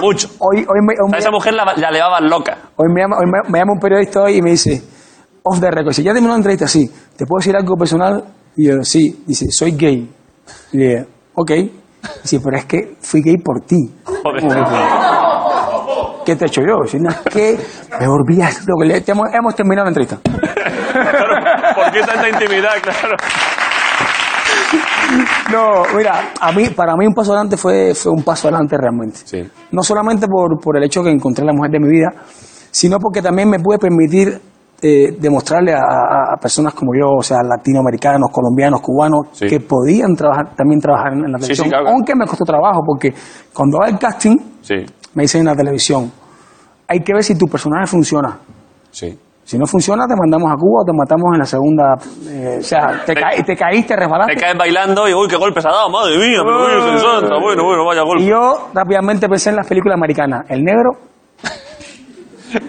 S1: mucho. O
S7: Hoy, hoy, me, hoy,
S1: sea,
S7: me,
S1: esa mujer la, la llevaban loca.
S7: hoy me llama, hoy me- me llama un periodista hoy y me dice, off the record, dice, ya terminó la entrevista, sí, ¿te puedo decir algo personal? Y yo, sí, dice, soy gay. Y le digo, ok. Dice, pero es que fui gay por ti.
S1: Joder.
S7: ¿Qué te he hecho yo? Si no, es que me volví a loco. Le- te hemos, hemos terminado la entrevista.
S1: Claro, ¿Por qué tanta intimidad? Claro.
S7: No, mira, a mí, para mí un paso adelante fue, fue un paso adelante realmente.
S1: Sí.
S7: No solamente por, por el hecho que encontré a la mujer de mi vida, sino porque también me pude permitir eh, demostrarle a, a- a personas como yo, o sea, latinoamericanos, colombianos, cubanos,
S1: Sí.
S7: que podían trabajar, también trabajar en, en la
S1: Sí, sí,
S7: televisión.
S1: claro.
S7: Aunque me costó trabajo, porque cuando va el casting,
S1: Sí,
S7: me dicen en la televisión, hay que ver si tu personaje funciona.
S1: sí.
S7: Si no funciona, te mandamos a Cuba o te matamos en la segunda. eh, o sea, te,
S1: Te-
S7: caí- te caíste, resbalaste.
S1: Te caes bailando y uy, qué golpes ha dado, madre mía, pero uy, se ensanta, bueno, bueno, vaya
S7: Ah. Y
S1: golpe.
S7: yo rápidamente pensé en las películas americanas. El negro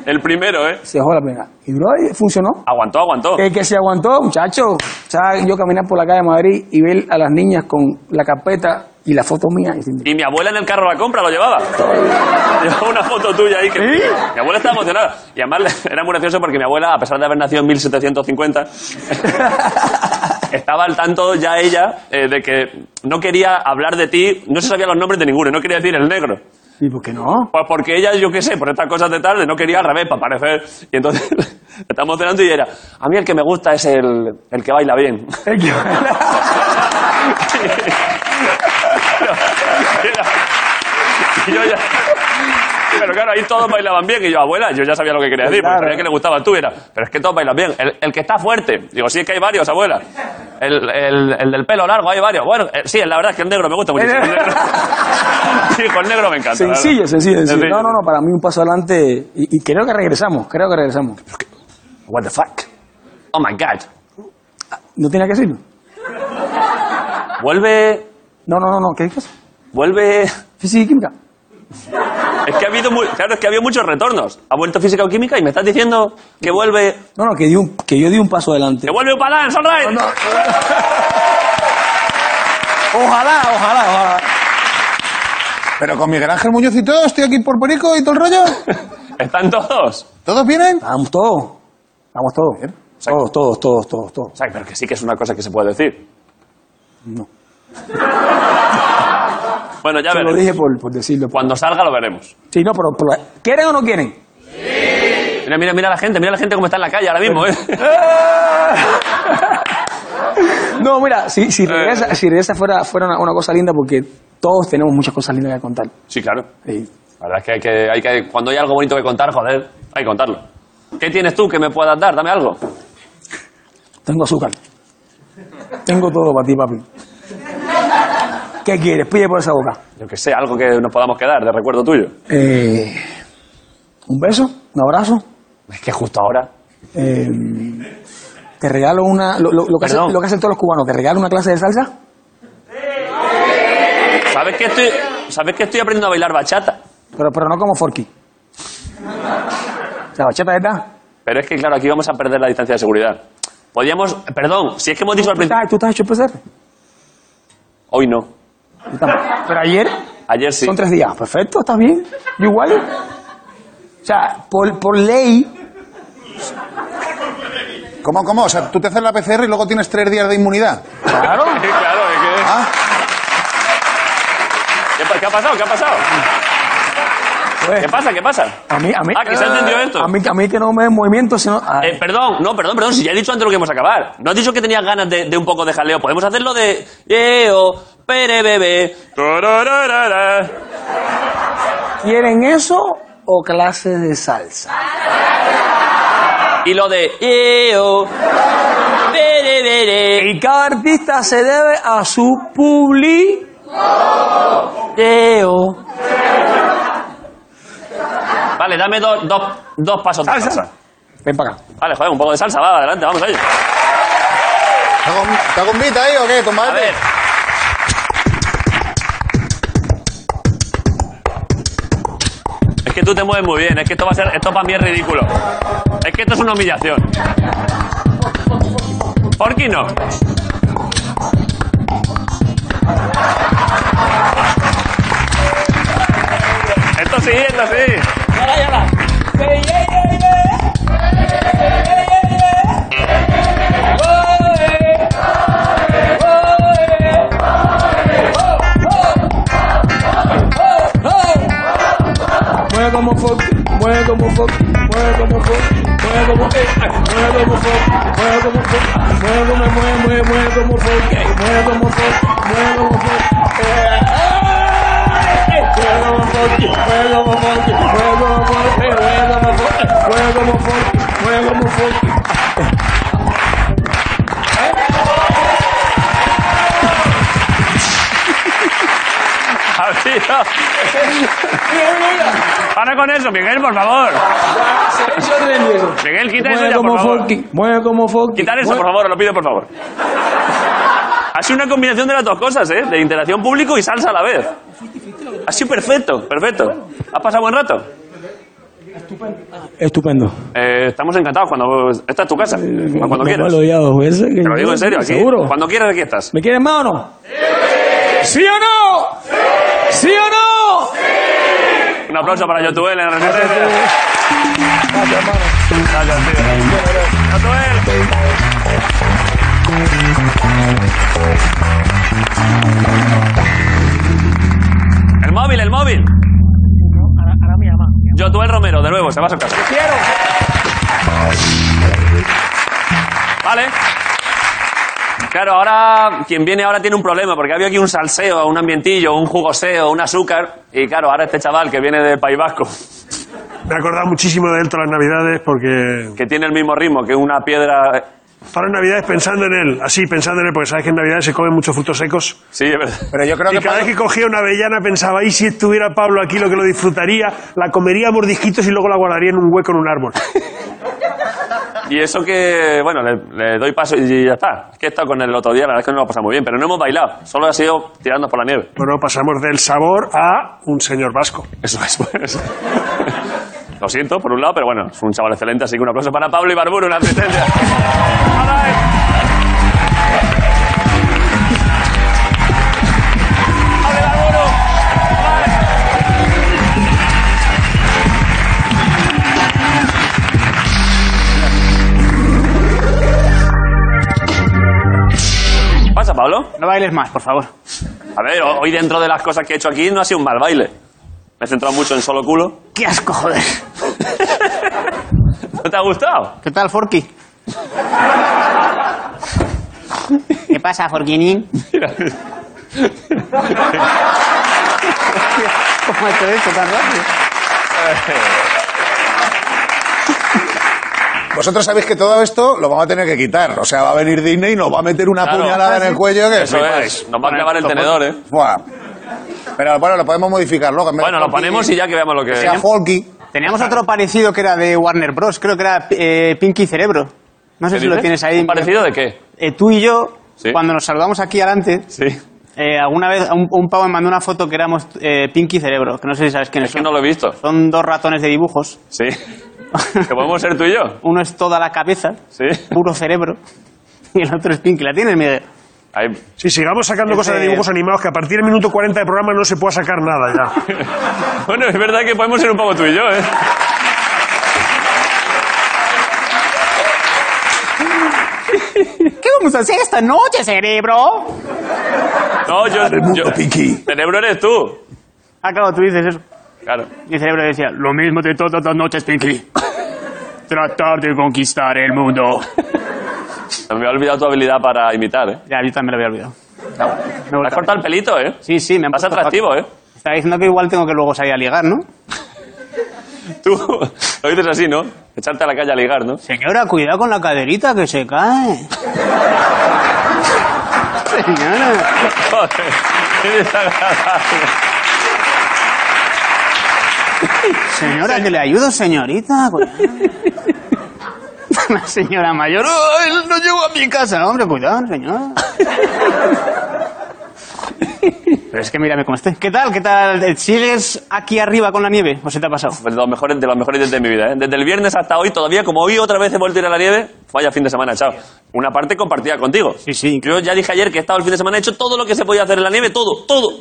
S1: El primero, ¿eh?
S7: se dejó la primera. Y bro, y funcionó.
S1: Aguantó, aguantó.
S7: El que se aguantó, muchacho. O sea, yo caminar por la calle de Madrid y ver a las niñas con la carpeta y la foto mía. y diciendo,
S1: Y mi abuela en el carro a la compra lo llevaba. Llevaba una foto tuya ahí. Que... Mi abuela estaba emocionada. Y además le- era muy gracioso porque mi abuela, a pesar de haber nacido en 1750, estaba al tanto ya ella eh, de que no quería hablar de ti, no se sabía los nombres de ninguno, no quería decir el negro.
S7: ¿Y por qué no?
S1: Pues porque ella, yo qué sé, por estas cosas de tarde, no quería al revés para parecer. Y entonces estamos cenando y era, a mí el que me gusta es el, el que baila bien.
S7: El que-
S1: Era- y yo ya- Pero claro, ahí todos bailaban bien. Y yo, abuela, yo ya sabía lo que quería decir, porque
S7: Claro.
S1: sabía que le gustaba tú. Era, pero es que todos bailan bien. El, el que está fuerte. Digo, sí, es que hay varios, abuela. El, el- el del pelo largo, hay varios. Bueno, eh, sí, la verdad es que el negro me gusta muchísimo. El negro. Dijo, el negro me encanta. la verdad.
S7: Sencillo, sencillo, sencillo. No, no, no, para mí un paso adelante. Y, y creo que regresamos, creo que regresamos.
S1: What the fuck? Oh my god.
S7: ¿No tenía que decirlo?
S1: Vuelve.
S7: No, no, no, no, ¿qué dices?
S1: Vuelve.
S7: Física y química.
S1: Es que ha habido. mu- Claro, es que ha habido muchos retornos. Ha vuelto física o química y me estás diciendo que vuelve.
S7: No, no, que, di un- que yo di un paso adelante.
S1: ¡Que vuelve Upalán, Sunrise!
S7: Ojalá, ojalá, ojalá.
S4: Pero con Miguel Ángel Muñoz y todo, estoy aquí por Perico y todo el rollo.
S1: ¿Están todos?
S4: ¿Todos vienen?
S7: Vamos todos. Vamos todos. Todos, todos, todos, todos, todos.
S1: O sea, pero que sí que es una cosa que se puede decir. No. bueno, ya
S7: Yo lo
S1: veremos.
S7: dije por, por decirlo.
S1: Cuando salga lo veremos.
S7: Sí, no, pero, pero ¿quieren o no quieren?
S1: Mira, mira, mira la gente, mira la gente cómo está en la calle ahora mismo, ¿eh?
S7: No, mira, si, si regresa, si regresa fuera, fuera una, una cosa linda porque todos tenemos muchas cosas lindas que contar.
S1: Sí, claro.
S7: Sí.
S1: La verdad es que, hay que, hay que- cuando hay algo bonito que contar, joder, hay que contarlo. ¿Qué tienes tú que me puedas dar? Dame algo.
S7: Tengo azúcar. Tengo todo para ti, papi. ¿Qué quieres? Pide por esa boca.
S1: Yo que sé, algo que nos podamos quedar de recuerdo tuyo.
S7: Eh, un beso, un abrazo.
S1: Es que justo ahora.
S7: eh, te regalo una. Lo, lo- lo que
S1: Perdón.
S7: hacen, lo que hacen todos los cubanos, te regalo una clase de salsa.
S1: ¿Sabes que estoy, sabes que estoy aprendiendo a bailar bachata?
S7: Pero, pero no como Forky. La bachata ¿verdad?
S1: Pero es que, claro, aquí vamos a perder la distancia de seguridad. Podríamos. Perdón, si es que hemos dicho al
S7: ¿Tú
S1: principio.
S7: estás, tú estás hecho PCR?
S1: Hoy no.
S7: Yo tampoco. Pero ayer
S1: Ayer sí.
S7: son tres días. Perfecto, estás bien. Yo igual. O sea, por, por ley,
S4: ¿Cómo, cómo? O sea, tú te haces la PCR y luego tienes tres días de inmunidad.
S7: claro.
S1: claro, es que-
S4: Ah.
S1: ¿Qué, pa- qué ha pasado? ¿Qué ha pasado?
S7: Pues,
S1: ¿Qué pasa? ¿Qué pasa?
S7: a mí, a mí,
S1: Ah, que se ha entendido esto.
S7: A mí, a mí que no me den movimiento, sino. ah, a-
S1: Eh, perdón, no, perdón, perdón, si ya he dicho antes lo que íbamos a acabar. No has dicho que tenías ganas de, de un poco de jaleo. Podemos hacerlo de. Yeo, pere, bebé. tarararara.
S7: ¿Quieren eso o clases de salsa?
S1: Y lo de. Yeo, pere, bere.
S7: Y cada artista se debe a su publiceo.
S1: Vale, dame dos, dos, dos pasos de salsa.
S7: Ven para acá.
S1: Vale, joder, un poco de salsa, va, adelante, vamos, oye.
S4: ¿Te hago, un- te hago un beat ahí o qué,
S1: A
S4: compadre?
S1: ver. Es que tú te mueves muy bien, es que esto va a ser, esto para mí es ridículo. Es que esto es una humillación. ¿Por qué no? Esto sí, esto sí.
S7: Mueve como fuck, mueve como fuck, mueve como fuck, mueve como eh, ay, mueve como fuck, mueve como fuck, mueve como mueve, mueve, mueve como fuck, eh, mueve como fuck, mueve como fuck, eh, ay, eh, mueve como fuck, mueve como fuck, mueve como fuck, eh, mueve como fuck, eh, mueve como fuck, mueve como fuck.
S1: Amigo. Para con eso, Miguel, por favor. Miguel, quita eso
S7: Mueve
S1: ya, por
S7: como
S1: favor.
S7: funky, mueve como funky.
S1: Quitar eso, por favor, os lo pido, por favor. Ha sido una combinación de las dos cosas, ¿eh? De interacción público y salsa a la vez. Ha sido perfecto, perfecto. ¿Has pasado buen rato?
S3: Estupendo.
S1: Eh, estamos encantados cuando... Esta es tu casa. Ah, Cuando
S3: Me
S1: quieras.
S3: muero ya dos veces.
S1: Te lo digo en serio. Aquí,
S3: Seguro.
S1: Cuando quieras, aquí estás.
S7: ¿Me quieren más o no? ¿Sí o no? ¿Sí o no?
S1: Un aplauso para Yotuel en Resistencia. Gracias, hermano. Gracias, tío. Yotuel. El móvil, el móvil. Yotuel Romero, de nuevo, se va a su casa.
S7: Quiero.
S1: Vale. Claro, ahora quien viene ahora tiene un problema, porque había aquí un salseo, un ambientillo, un jugoseo, un azúcar. Y claro, ahora este chaval que viene de País Vasco,
S5: Me he acordado muchísimo de él todas las navidades porque
S1: que tiene el mismo ritmo que una piedra eh,
S5: todas las navidades pensando en él, así pensando en él, porque sabes que en navidades se comen muchos frutos secos.
S1: Sí, es verdad.
S4: Pero yo creo
S5: Y
S4: que...
S5: cada vez que cogía una avellana pensaba, y si estuviera Pablo aquí lo que lo disfrutaría, la comería a mordisquitos y luego la guardaría en un hueco en un árbol.
S1: Y eso que, bueno, le, le doy paso y ya está. Es que he estado con el otro día, la verdad es que no lo pasamos bien, pero no hemos bailado. Solo ha sido tirando por la nieve.
S5: Bueno, pasamos del sabor a un señor vasco.
S1: Eso es, pues. Lo siento, por un lado, pero bueno, es un chaval excelente, así que un aplauso para Pablo Ibarburu, una asistencia. malo?
S10: No bailes más, por favor.
S1: A ver, ho- hoy dentro de las cosas que he hecho aquí no ha sido un mal baile. Me he centrado mucho en solo culo.
S10: ¡Qué asco, joder!
S1: ¿No te ha gustado?
S10: ¿Qué tal, Forky? ¿Qué pasa, Forkinín? ¿Cómo has hecho esto tan rápido?
S4: Vosotros sabéis que todo esto lo vamos a tener que quitar. O sea, va a venir Disney y nos va a meter una
S1: Claro. Ah,
S4: puñalada en el cuello que
S1: Eso
S4: flipáis.
S1: es. Nos va a clavar el tenedor, ¿eh?
S4: Buah. Pero bueno, lo podemos modificar luego. en vez de
S1: Bueno, lo
S4: Folky,
S1: ponemos y ya que veamos lo que...
S4: que sea Folky.
S10: Teníamos otro parecido que era de Warner Bros. Creo que era eh, Pinky Cerebro. No sé
S1: ¿Qué
S10: si lo
S1: dices?
S10: tienes ahí.
S1: ¿Un parecido de qué?
S10: Eh, tú y yo,
S1: Sí.
S10: cuando nos saludamos aquí adelante,
S1: Sí.
S10: eh, alguna vez un, un pavo me mandó una foto que éramos eh, Pinky Cerebro, que no sé si sabes quiénes
S1: Es que
S10: son.
S1: no lo he visto.
S10: Son dos ratones de dibujos.
S1: Sí. Que podemos ser tú y yo.
S10: Uno es toda la cabeza,
S1: Sí.
S10: puro cerebro, y el otro es Pinky. ¿La tienes, Miguel?
S1: Ahí.
S5: Si sigamos sacando
S10: Ese-
S5: cosas de dibujos animados, que a partir del minuto 40 de programa no se pueda sacar nada ya.
S1: Bueno, es verdad que podemos ser un poco tú y yo, ¿eh?
S10: ¿Qué vamos a hacer esta noche, cerebro?
S1: No, yo... yo
S4: Pinky.
S1: Cerebro eres tú.
S10: Ah, claro, tú dices eso.
S1: Claro.
S10: Mi cerebro decía, lo mismo de todas las noches, Pinky. Tratar de conquistar el mundo.
S1: Se me ha olvidado tu habilidad para imitar, ¿eh?
S10: Ya, yo también lo había olvidado. Me he
S1: Me has
S10: vuelto a-
S1: cortado el pelito, ¿eh?
S10: Sí, sí, me han
S1: Más
S10: puesto-
S1: atractivo, ¿eh?
S10: Estaba diciendo que igual tengo que luego salir a ligar, ¿no?
S1: Tú lo dices así, ¿no? Echarte a la calle a ligar, ¿no?
S10: Señora, cuidado con la caderita que se cae. Señora.
S1: Joder, qué desagradable.
S10: Señora, que le ayudo, señorita. cuidado. Una señora mayor. ¡Ay, no llego a mi casa! Hombre, cuidado, señora. Pero es que mírame cómo estoy. ¿Qué tal? ¿Qué tal? ¿Sigues aquí arriba con la nieve? ¿O se te ha pasado?
S1: Pues de los mejores de los mejores días de mi vida, ¿eh? Desde el viernes hasta hoy, todavía, como hoy otra vez he vuelto a ir a la nieve, vaya fin de semana, chao. Una parte compartida contigo.
S10: Sí, sí.
S1: Yo ya dije ayer que he estado el fin de semana, he hecho todo lo que se podía hacer en la nieve, todo, todo.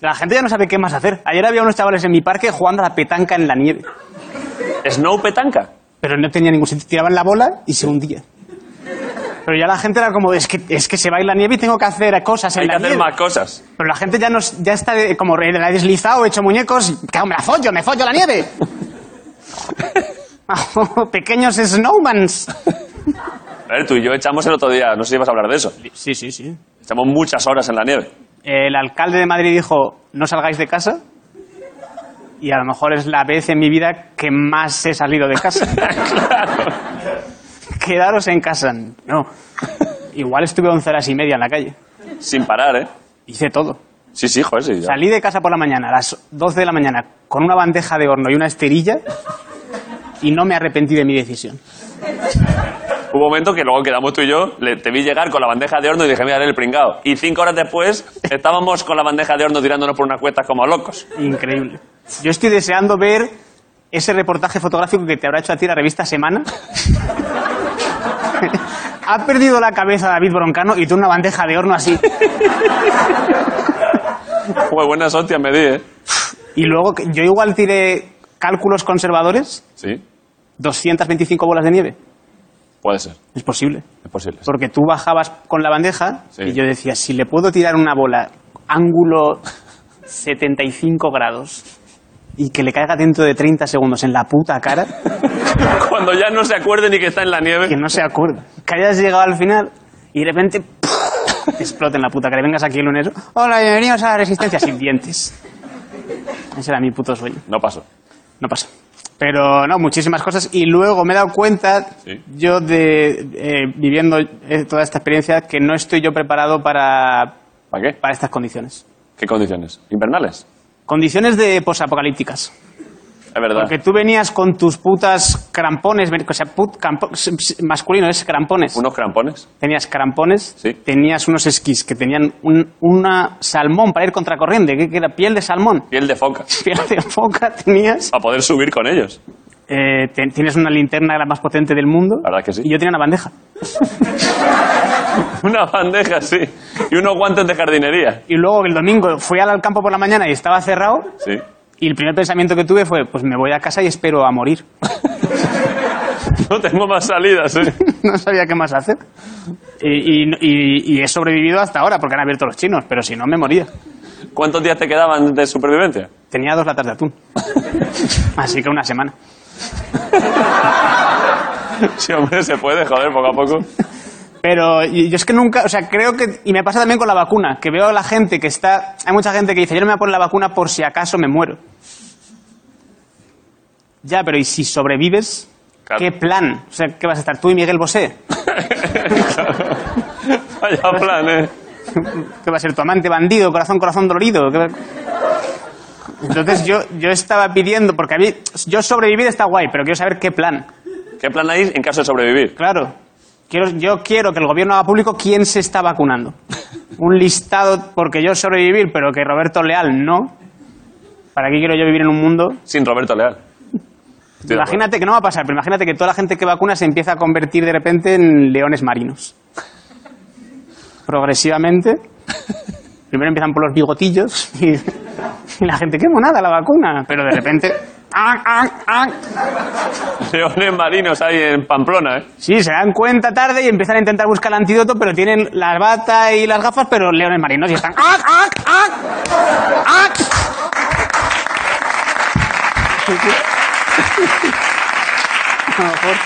S10: La gente ya no sabe qué más hacer. Ayer había unos chavales en mi parque jugando a la petanca en la nieve.
S1: Snow petanca.
S10: Pero no tenía ningún sentido. Tiraban la bola y se hundía. Pero ya la gente era como, es que, es que se va a ir la nieve y tengo que hacer cosas en
S1: Hay que
S10: la
S1: hacer
S10: nieve.
S1: más cosas.
S10: Pero la gente ya, nos, ya está de- como re- la he deslizado, he hecho muñecos. ¡Cago, me la follo, me follo la nieve! Pequeños snowmans.
S1: A ver, tú y yo echamos el otro día, no sé si vas a hablar de eso.
S10: Sí, sí, sí.
S1: Echamos muchas horas en la nieve.
S10: El alcalde de Madrid dijo, no salgáis de casa. Y a lo mejor es la vez en mi vida que más he salido de casa. Quedaros en casa. No. Igual estuve 11 horas y media en la calle.
S1: Sin parar, ¿eh?
S10: Hice todo.
S1: Sí, sí, joder, sí. ya.
S10: Salí de casa por la mañana, a las 12 de la mañana, con una bandeja de horno y una esterilla. Y no me arrepentí de mi decisión.
S1: Hubo un momento que luego quedamos tú y yo, le- te vi llegar con la bandeja de horno y dije, mira, el pringao. Y cinco horas después estábamos con la bandeja de horno tirándonos por unas cuestas como locos.
S10: Increíble. Yo estoy deseando ver ese reportaje fotográfico que te habrá hecho a ti la revista Semana. ha perdido la cabeza David Broncano y tú una bandeja de horno así.
S1: Joder, buenas hostias me di, ¿eh?
S10: Y luego que- yo igual tiré cálculos conservadores,
S1: Sí,
S10: 225 bolas de nieve.
S1: puede ser,
S10: Es posible.
S1: es posible.
S10: Porque tú bajabas con la bandeja
S1: Sí.
S10: y yo decía, si le puedo tirar una bola ángulo 75 grados y que le caiga dentro de 30 segundos en la puta cara,
S1: Cuando ya no se acuerde ni que está en la
S10: que
S1: nieve.
S10: no se acuerda. Que hayas llegado al final y de repente te explote en la puta cara. Y vengas aquí el lunes, hola, bienvenidos a la Resistencia sin dientes. Ese era mi puto sueño.
S1: No pasó.
S10: No pasa. Pero no, muchísimas cosas. Y luego me he dado cuenta,
S1: Sí.
S10: yo de, eh, viviendo eh, toda esta experiencia, que no estoy yo preparado para,
S1: ¿Para qué?
S10: para estas condiciones.
S1: ¿Qué condiciones? ¿Invernales?
S10: Condiciones de posapocalípticas.
S1: Es verdad.
S10: Porque tú venías con tus putas crampones, ven- o sea, put- campo- s- s- masculino es crampones.
S1: ¿Unos crampones?
S10: Tenías crampones,
S1: Sí.
S10: tenías unos esquís que tenían un una salmón para ir contracorriente, que que era piel de salmón.
S1: Piel de foca.
S10: Piel de foca tenías.
S1: Para poder subir con ellos.
S10: Eh, te- tienes una linterna la más potente del mundo.
S1: La verdad que sí.
S10: Y yo tenía una bandeja.
S1: Una bandeja, sí. Y unos guantes de jardinería.
S10: Y luego el domingo fui al campo por la mañana y estaba cerrado.
S1: Sí.
S10: Y el primer pensamiento que tuve fue, pues me voy a casa y espero a morir.
S1: No tengo más salidas, ¿eh?
S10: no sabía qué más hacer. Y, y- y- y he sobrevivido hasta ahora porque han abierto los chinos, pero si no me moría.
S1: ¿Cuántos días te quedaban de supervivencia?
S10: Tenía dos latas de atún. Así que una semana.
S1: Sí, hombre, se puede, joder, poco a poco.
S10: Pero y- yo es que nunca, o sea, creo que, y me pasa también con la vacuna, que veo a la gente que está, hay mucha gente que dice, yo no me voy a poner la vacuna por si acaso me muero. Ya, pero ¿y si sobrevives?
S1: Claro.
S10: ¿Qué plan? O sea, ¿qué vas a estar tú y Miguel Bosé?
S1: Vaya plan, ¿eh?
S10: ¿Qué va a ser tu amante bandido, corazón, corazón dolorido? ¿Qué va- Entonces yo, yo estaba pidiendo, porque a mí, yo sobrevivir está guay, pero quiero saber qué plan.
S1: ¿Qué plan hay en caso de sobrevivir?
S10: Claro. Quiero, yo quiero que el gobierno haga público quién se está vacunando. Un listado, porque yo sobrevivir, pero que Roberto Leal no. ¿Para qué quiero yo vivir en un mundo?
S1: Sin Roberto Leal. Estoy de
S10: imagínate que no va a pasar, pero imagínate que toda la gente que vacuna se empieza a convertir de repente en leones marinos. Progresivamente. Primero empiezan por los bigotillos y, y la gente, qué monada la vacuna. Pero de repente. ¡ah, ah, ah!
S1: acuerdo. Leones marinos ahí en Pamplona, ¿eh?
S10: Sí, se dan cuenta tarde y empiezan a intentar buscar el antídoto, pero tienen la bata y las gafas, pero leones marinos y están. ¡Ah, ah, ah! ¡Ah! A lo mejor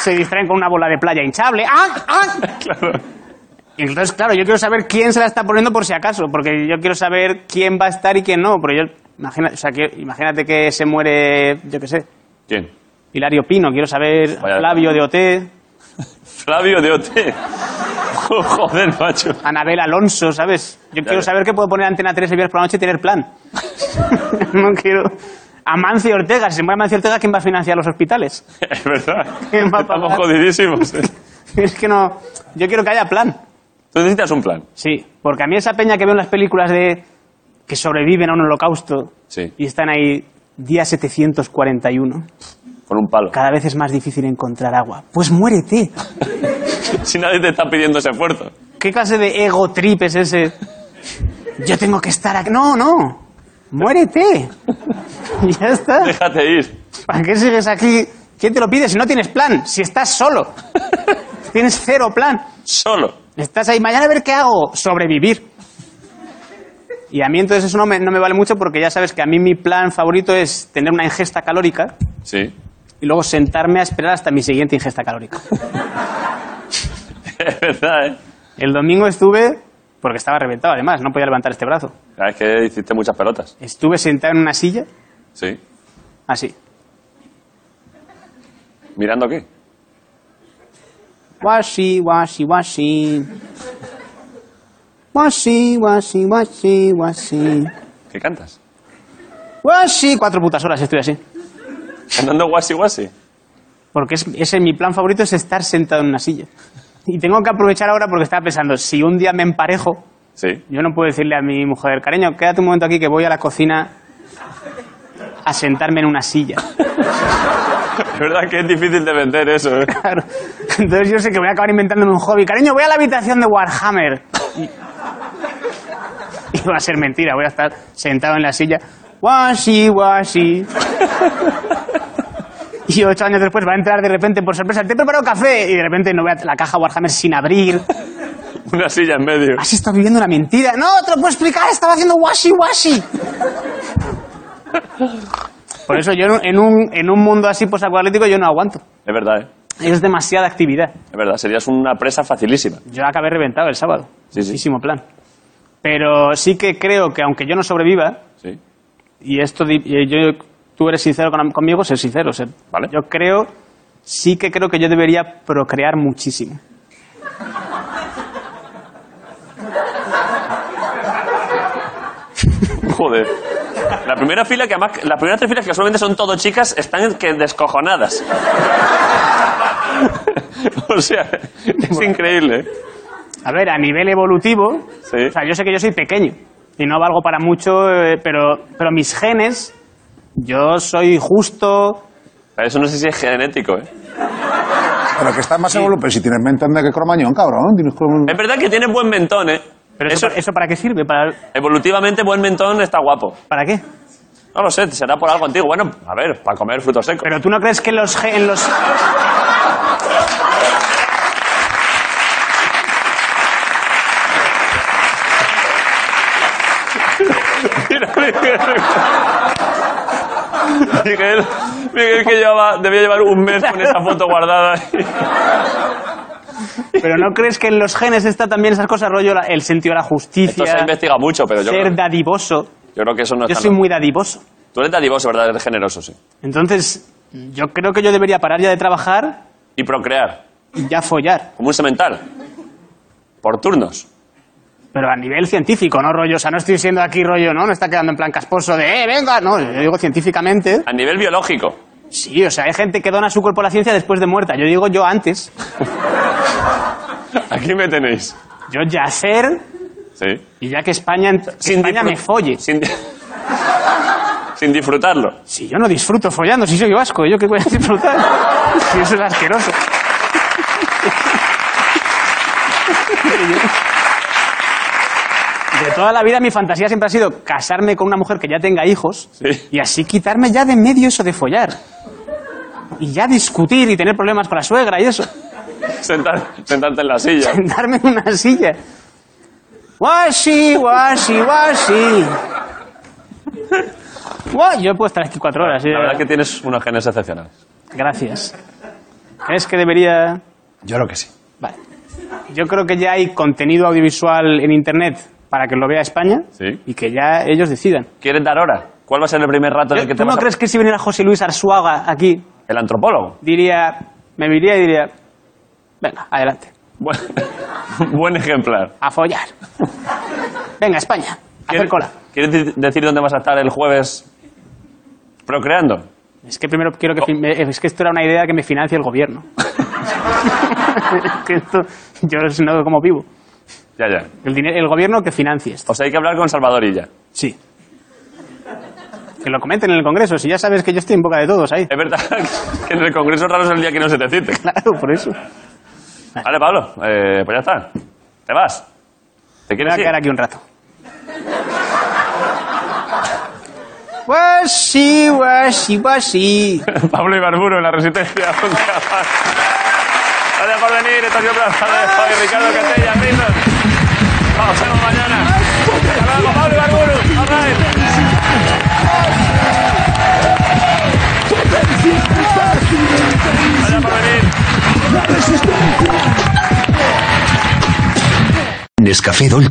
S10: Se distraen con una bola de playa hinchable. ¡Ah, ah!
S1: Claro.
S10: Y entonces, claro, yo quiero saber quién se la está poniendo por si acaso, porque yo quiero saber quién va a estar y quién no. Pero yo, imagina, o sea, que, imagínate que se muere, yo qué sé,
S1: ¿Quién?
S10: Hilario Pino, quiero saber
S1: Vaya.
S10: Flavio de OT.
S1: Flavio de Ote. joder, macho.
S10: Anabel Alonso, ¿sabes? Yo quiero
S1: ya.
S10: saber qué puedo poner Antena 3 el viernes por la noche y tener plan. no quiero... Amancio Ortega, si se muere Amancio Ortega, ¿quién va a financiar los hospitales?
S1: Es verdad.
S10: ¿Quién va a
S1: Estamos
S10: pagar?
S1: jodidísimos. ¿eh?
S10: es que no... Yo quiero que haya plan.
S1: Tú necesitas un plan.
S10: Sí, porque a mí esa peña que veo en las películas de... que sobreviven a un holocausto
S1: Sí.
S10: y están ahí día 741,
S1: Con un palo.
S10: cada vez es más difícil encontrar agua. Pues muérete.
S1: Si nadie te está pidiendo ese esfuerzo.
S10: ¿Qué clase de ego trip es ese? Yo tengo que estar aquí. No, no. Muérete. Y ya está.
S1: Déjate ir.
S10: ¿Para qué sigues aquí? ¿Quién te lo pide si no tienes plan? Si estás solo. Tienes cero plan.
S1: Solo.
S10: Estás ahí, mañana a ver qué hago. Sobrevivir. Y a mí entonces eso no me, no me vale mucho porque ya sabes que a mí mi plan favorito es tener una ingesta calórica
S1: Sí.
S10: y luego sentarme a esperar hasta mi siguiente ingesta calórica.
S1: Es verdad, ¿eh?
S10: El domingo estuve, porque estaba reventado además, no podía levantar este brazo.
S1: Ah, Es que hiciste muchas pelotas.
S10: Estuve sentado en una silla,
S1: Sí.
S10: así.
S1: ¿Mirando qué?
S10: Washi, washi, washi. Washi, washi, washi, washi.
S1: ¿Qué cantas?
S10: Washi, Pues cuatro putas horas estoy así.
S1: ¿Cantando guasi guasi?
S10: Porque es, ese, mi plan favorito es estar sentado en una silla. Y tengo que aprovechar ahora porque estaba pensando, si un día me emparejo,
S1: Sí.
S10: yo no puedo decirle a mi mujer, cariño, quédate un momento aquí que voy a la cocina a sentarme en una silla.
S1: Es verdad que es difícil de vender eso, ¿eh?
S10: Claro. Entonces yo sé que voy a acabar inventándome un hobby. Cariño, voy a la habitación de Warhammer. Y, y va a ser mentira, voy a estar sentado en la silla. Washi, washi. Y ocho años después va a entrar de repente por sorpresa, te he preparado café. Y de repente no voy a la caja Warhammer sin abrir.
S1: Una silla en medio.
S10: Has estado viviendo una mentira. No, te lo puedo explicar, estaba haciendo washi washi. Por eso yo en un- en un, en un mundo así post-acualítico yo no aguanto.
S1: Es verdad, ¿eh?
S10: Es demasiada actividad.
S1: Es verdad. Serías una presa facilísima.
S10: Yo acabé reventado el sábado.
S1: Sí, sí.
S10: Muchísimo plan. Pero sí que creo que aunque yo no sobreviva,
S1: Sí.
S10: y esto di- y yo, tú eres sincero con- conmigo, ser sincero. ser-
S1: Vale.
S10: Yo creo, sí que creo que yo debería procrear muchísimo.
S1: Joder. La primera fila que además, las primeras tres filas que solamente son todo chicas están que descojonadas. o sea, es increíble. ¿eh?
S10: A ver, a nivel evolutivo,
S1: Sí.
S10: o sea, yo sé que yo soy pequeño y no valgo para mucho, eh, pero, pero mis genes, yo soy justo,
S1: Eso no sé si es genético, ¿eh?
S4: Pero que estás más seguro, pero si tienes mentón de que cromañón, cabrón. Tienes cromañón.
S1: Es verdad que tienes buen mentón, ¿eh?
S10: pero eso, ¿eso para qué sirve? ¿Para,
S1: Evolutivamente, buen mentón está guapo.
S10: para qué?
S1: No lo sé, será por algo antiguo. Bueno, a ver, para comer frutos secos.
S10: Pero tú no crees que los, ge- en los...
S1: Miguel, Miguel que llevaba, debía llevar un mes con esa foto guardada.
S10: Pero no crees que en los genes está también esas cosas, rollo, la- el sentido de la
S1: Esto se
S10: justicia,
S1: investiga mucho, pero yo,
S10: ser
S1: creo,
S10: dadivoso.
S1: yo creo que eso no
S10: Yo
S1: está
S10: soy muy dadivoso.
S1: Tú eres dadivoso, ¿verdad? Eres generoso, sí.
S10: Entonces, yo creo que yo debería parar ya de trabajar
S1: Y procrear,
S10: y ya follar.
S1: como un semental. Por turnos.
S10: Pero a nivel científico, ¿no, rollo? O sea, no estoy siendo aquí rollo, ¿no? No está quedando en plan casposo de, eh, venga. No, yo digo científicamente.
S1: A nivel biológico.
S10: Sí, o sea, hay gente que dona su cuerpo a la ciencia después de muerta. Yo digo yo antes.
S1: Aquí me tenéis.
S10: Yo ya ser
S1: Sí.
S10: y ya que España, ent- que
S1: Sin
S10: España
S1: disfrut-
S10: me folle.
S1: Sin, di- sin disfrutarlo.
S10: Si yo no disfruto follando, si soy vasco, ¿yo qué voy a disfrutar? si eso es asqueroso. De toda la vida mi fantasía siempre ha sido casarme con una mujer que ya tenga hijos
S1: Sí.
S10: y así quitarme ya de en medio eso de follar. Y ya discutir y tener problemas con la suegra y eso.
S1: Sentar- sentarte en la silla.
S10: Sentarme en una silla. Washi, washi, washi. Guau, Yo puedo estar aquí cuatro horas. eh.
S1: La verdad es que tienes unos genes excepcionales.
S10: Gracias. ¿Crees que debería...?
S1: Yo creo que sí.
S10: Vale. Yo creo que ya hay contenido audiovisual en Internet para que lo vea España
S1: Sí.
S10: y que ya ellos decidan.
S1: ¿Quieres dar hora? ¿Cuál va a ser el primer rato en el que
S10: Yo-
S1: te
S10: ¿Tú
S1: vas
S10: no
S1: a-
S10: crees que si viniera José Luis Arzuaga aquí,
S1: El antropólogo.
S10: diría, me miraría y diría, venga, adelante,
S1: Buen, buen ejemplar.
S10: a follar. venga, España, a hacer
S1: ¿Quieres,
S10: cola.
S1: ¿Quieres de- decir dónde vas a estar el jueves procreando?
S10: Es que primero
S1: Oh.
S10: quiero que... fin- me- Es que esto era una idea que me financie el gobierno. Es que esto, yo no como vivo.
S1: Ya, ya.
S10: El, dinero, el gobierno que financie esto.
S1: O sea, hay que hablar con Salvador y ya.
S10: Sí. Que lo comenten en el Congreso, si ya sabes que yo estoy en boca de todos ahí.
S1: Es verdad que en el Congreso raro es el día que no se te cite.
S10: Claro, por eso.
S1: Vale, Pablo, eh, pues ya está. ¿Te vas? ¿Te
S10: Me voy
S1: quieres
S10: a
S1: ir?
S10: quedar aquí un rato. Washi, washi, washi.
S1: Pablo Ibarburo en la Resistencia. Un día más. Gracias por venir. Esto ha sido Plaza de hoy. Ricardo Castella, Milton. Nos vemos mañana. Hasta luego, Pablo Ibarburu. All right. Gracias por venir.
S11: Nescafé Dolce.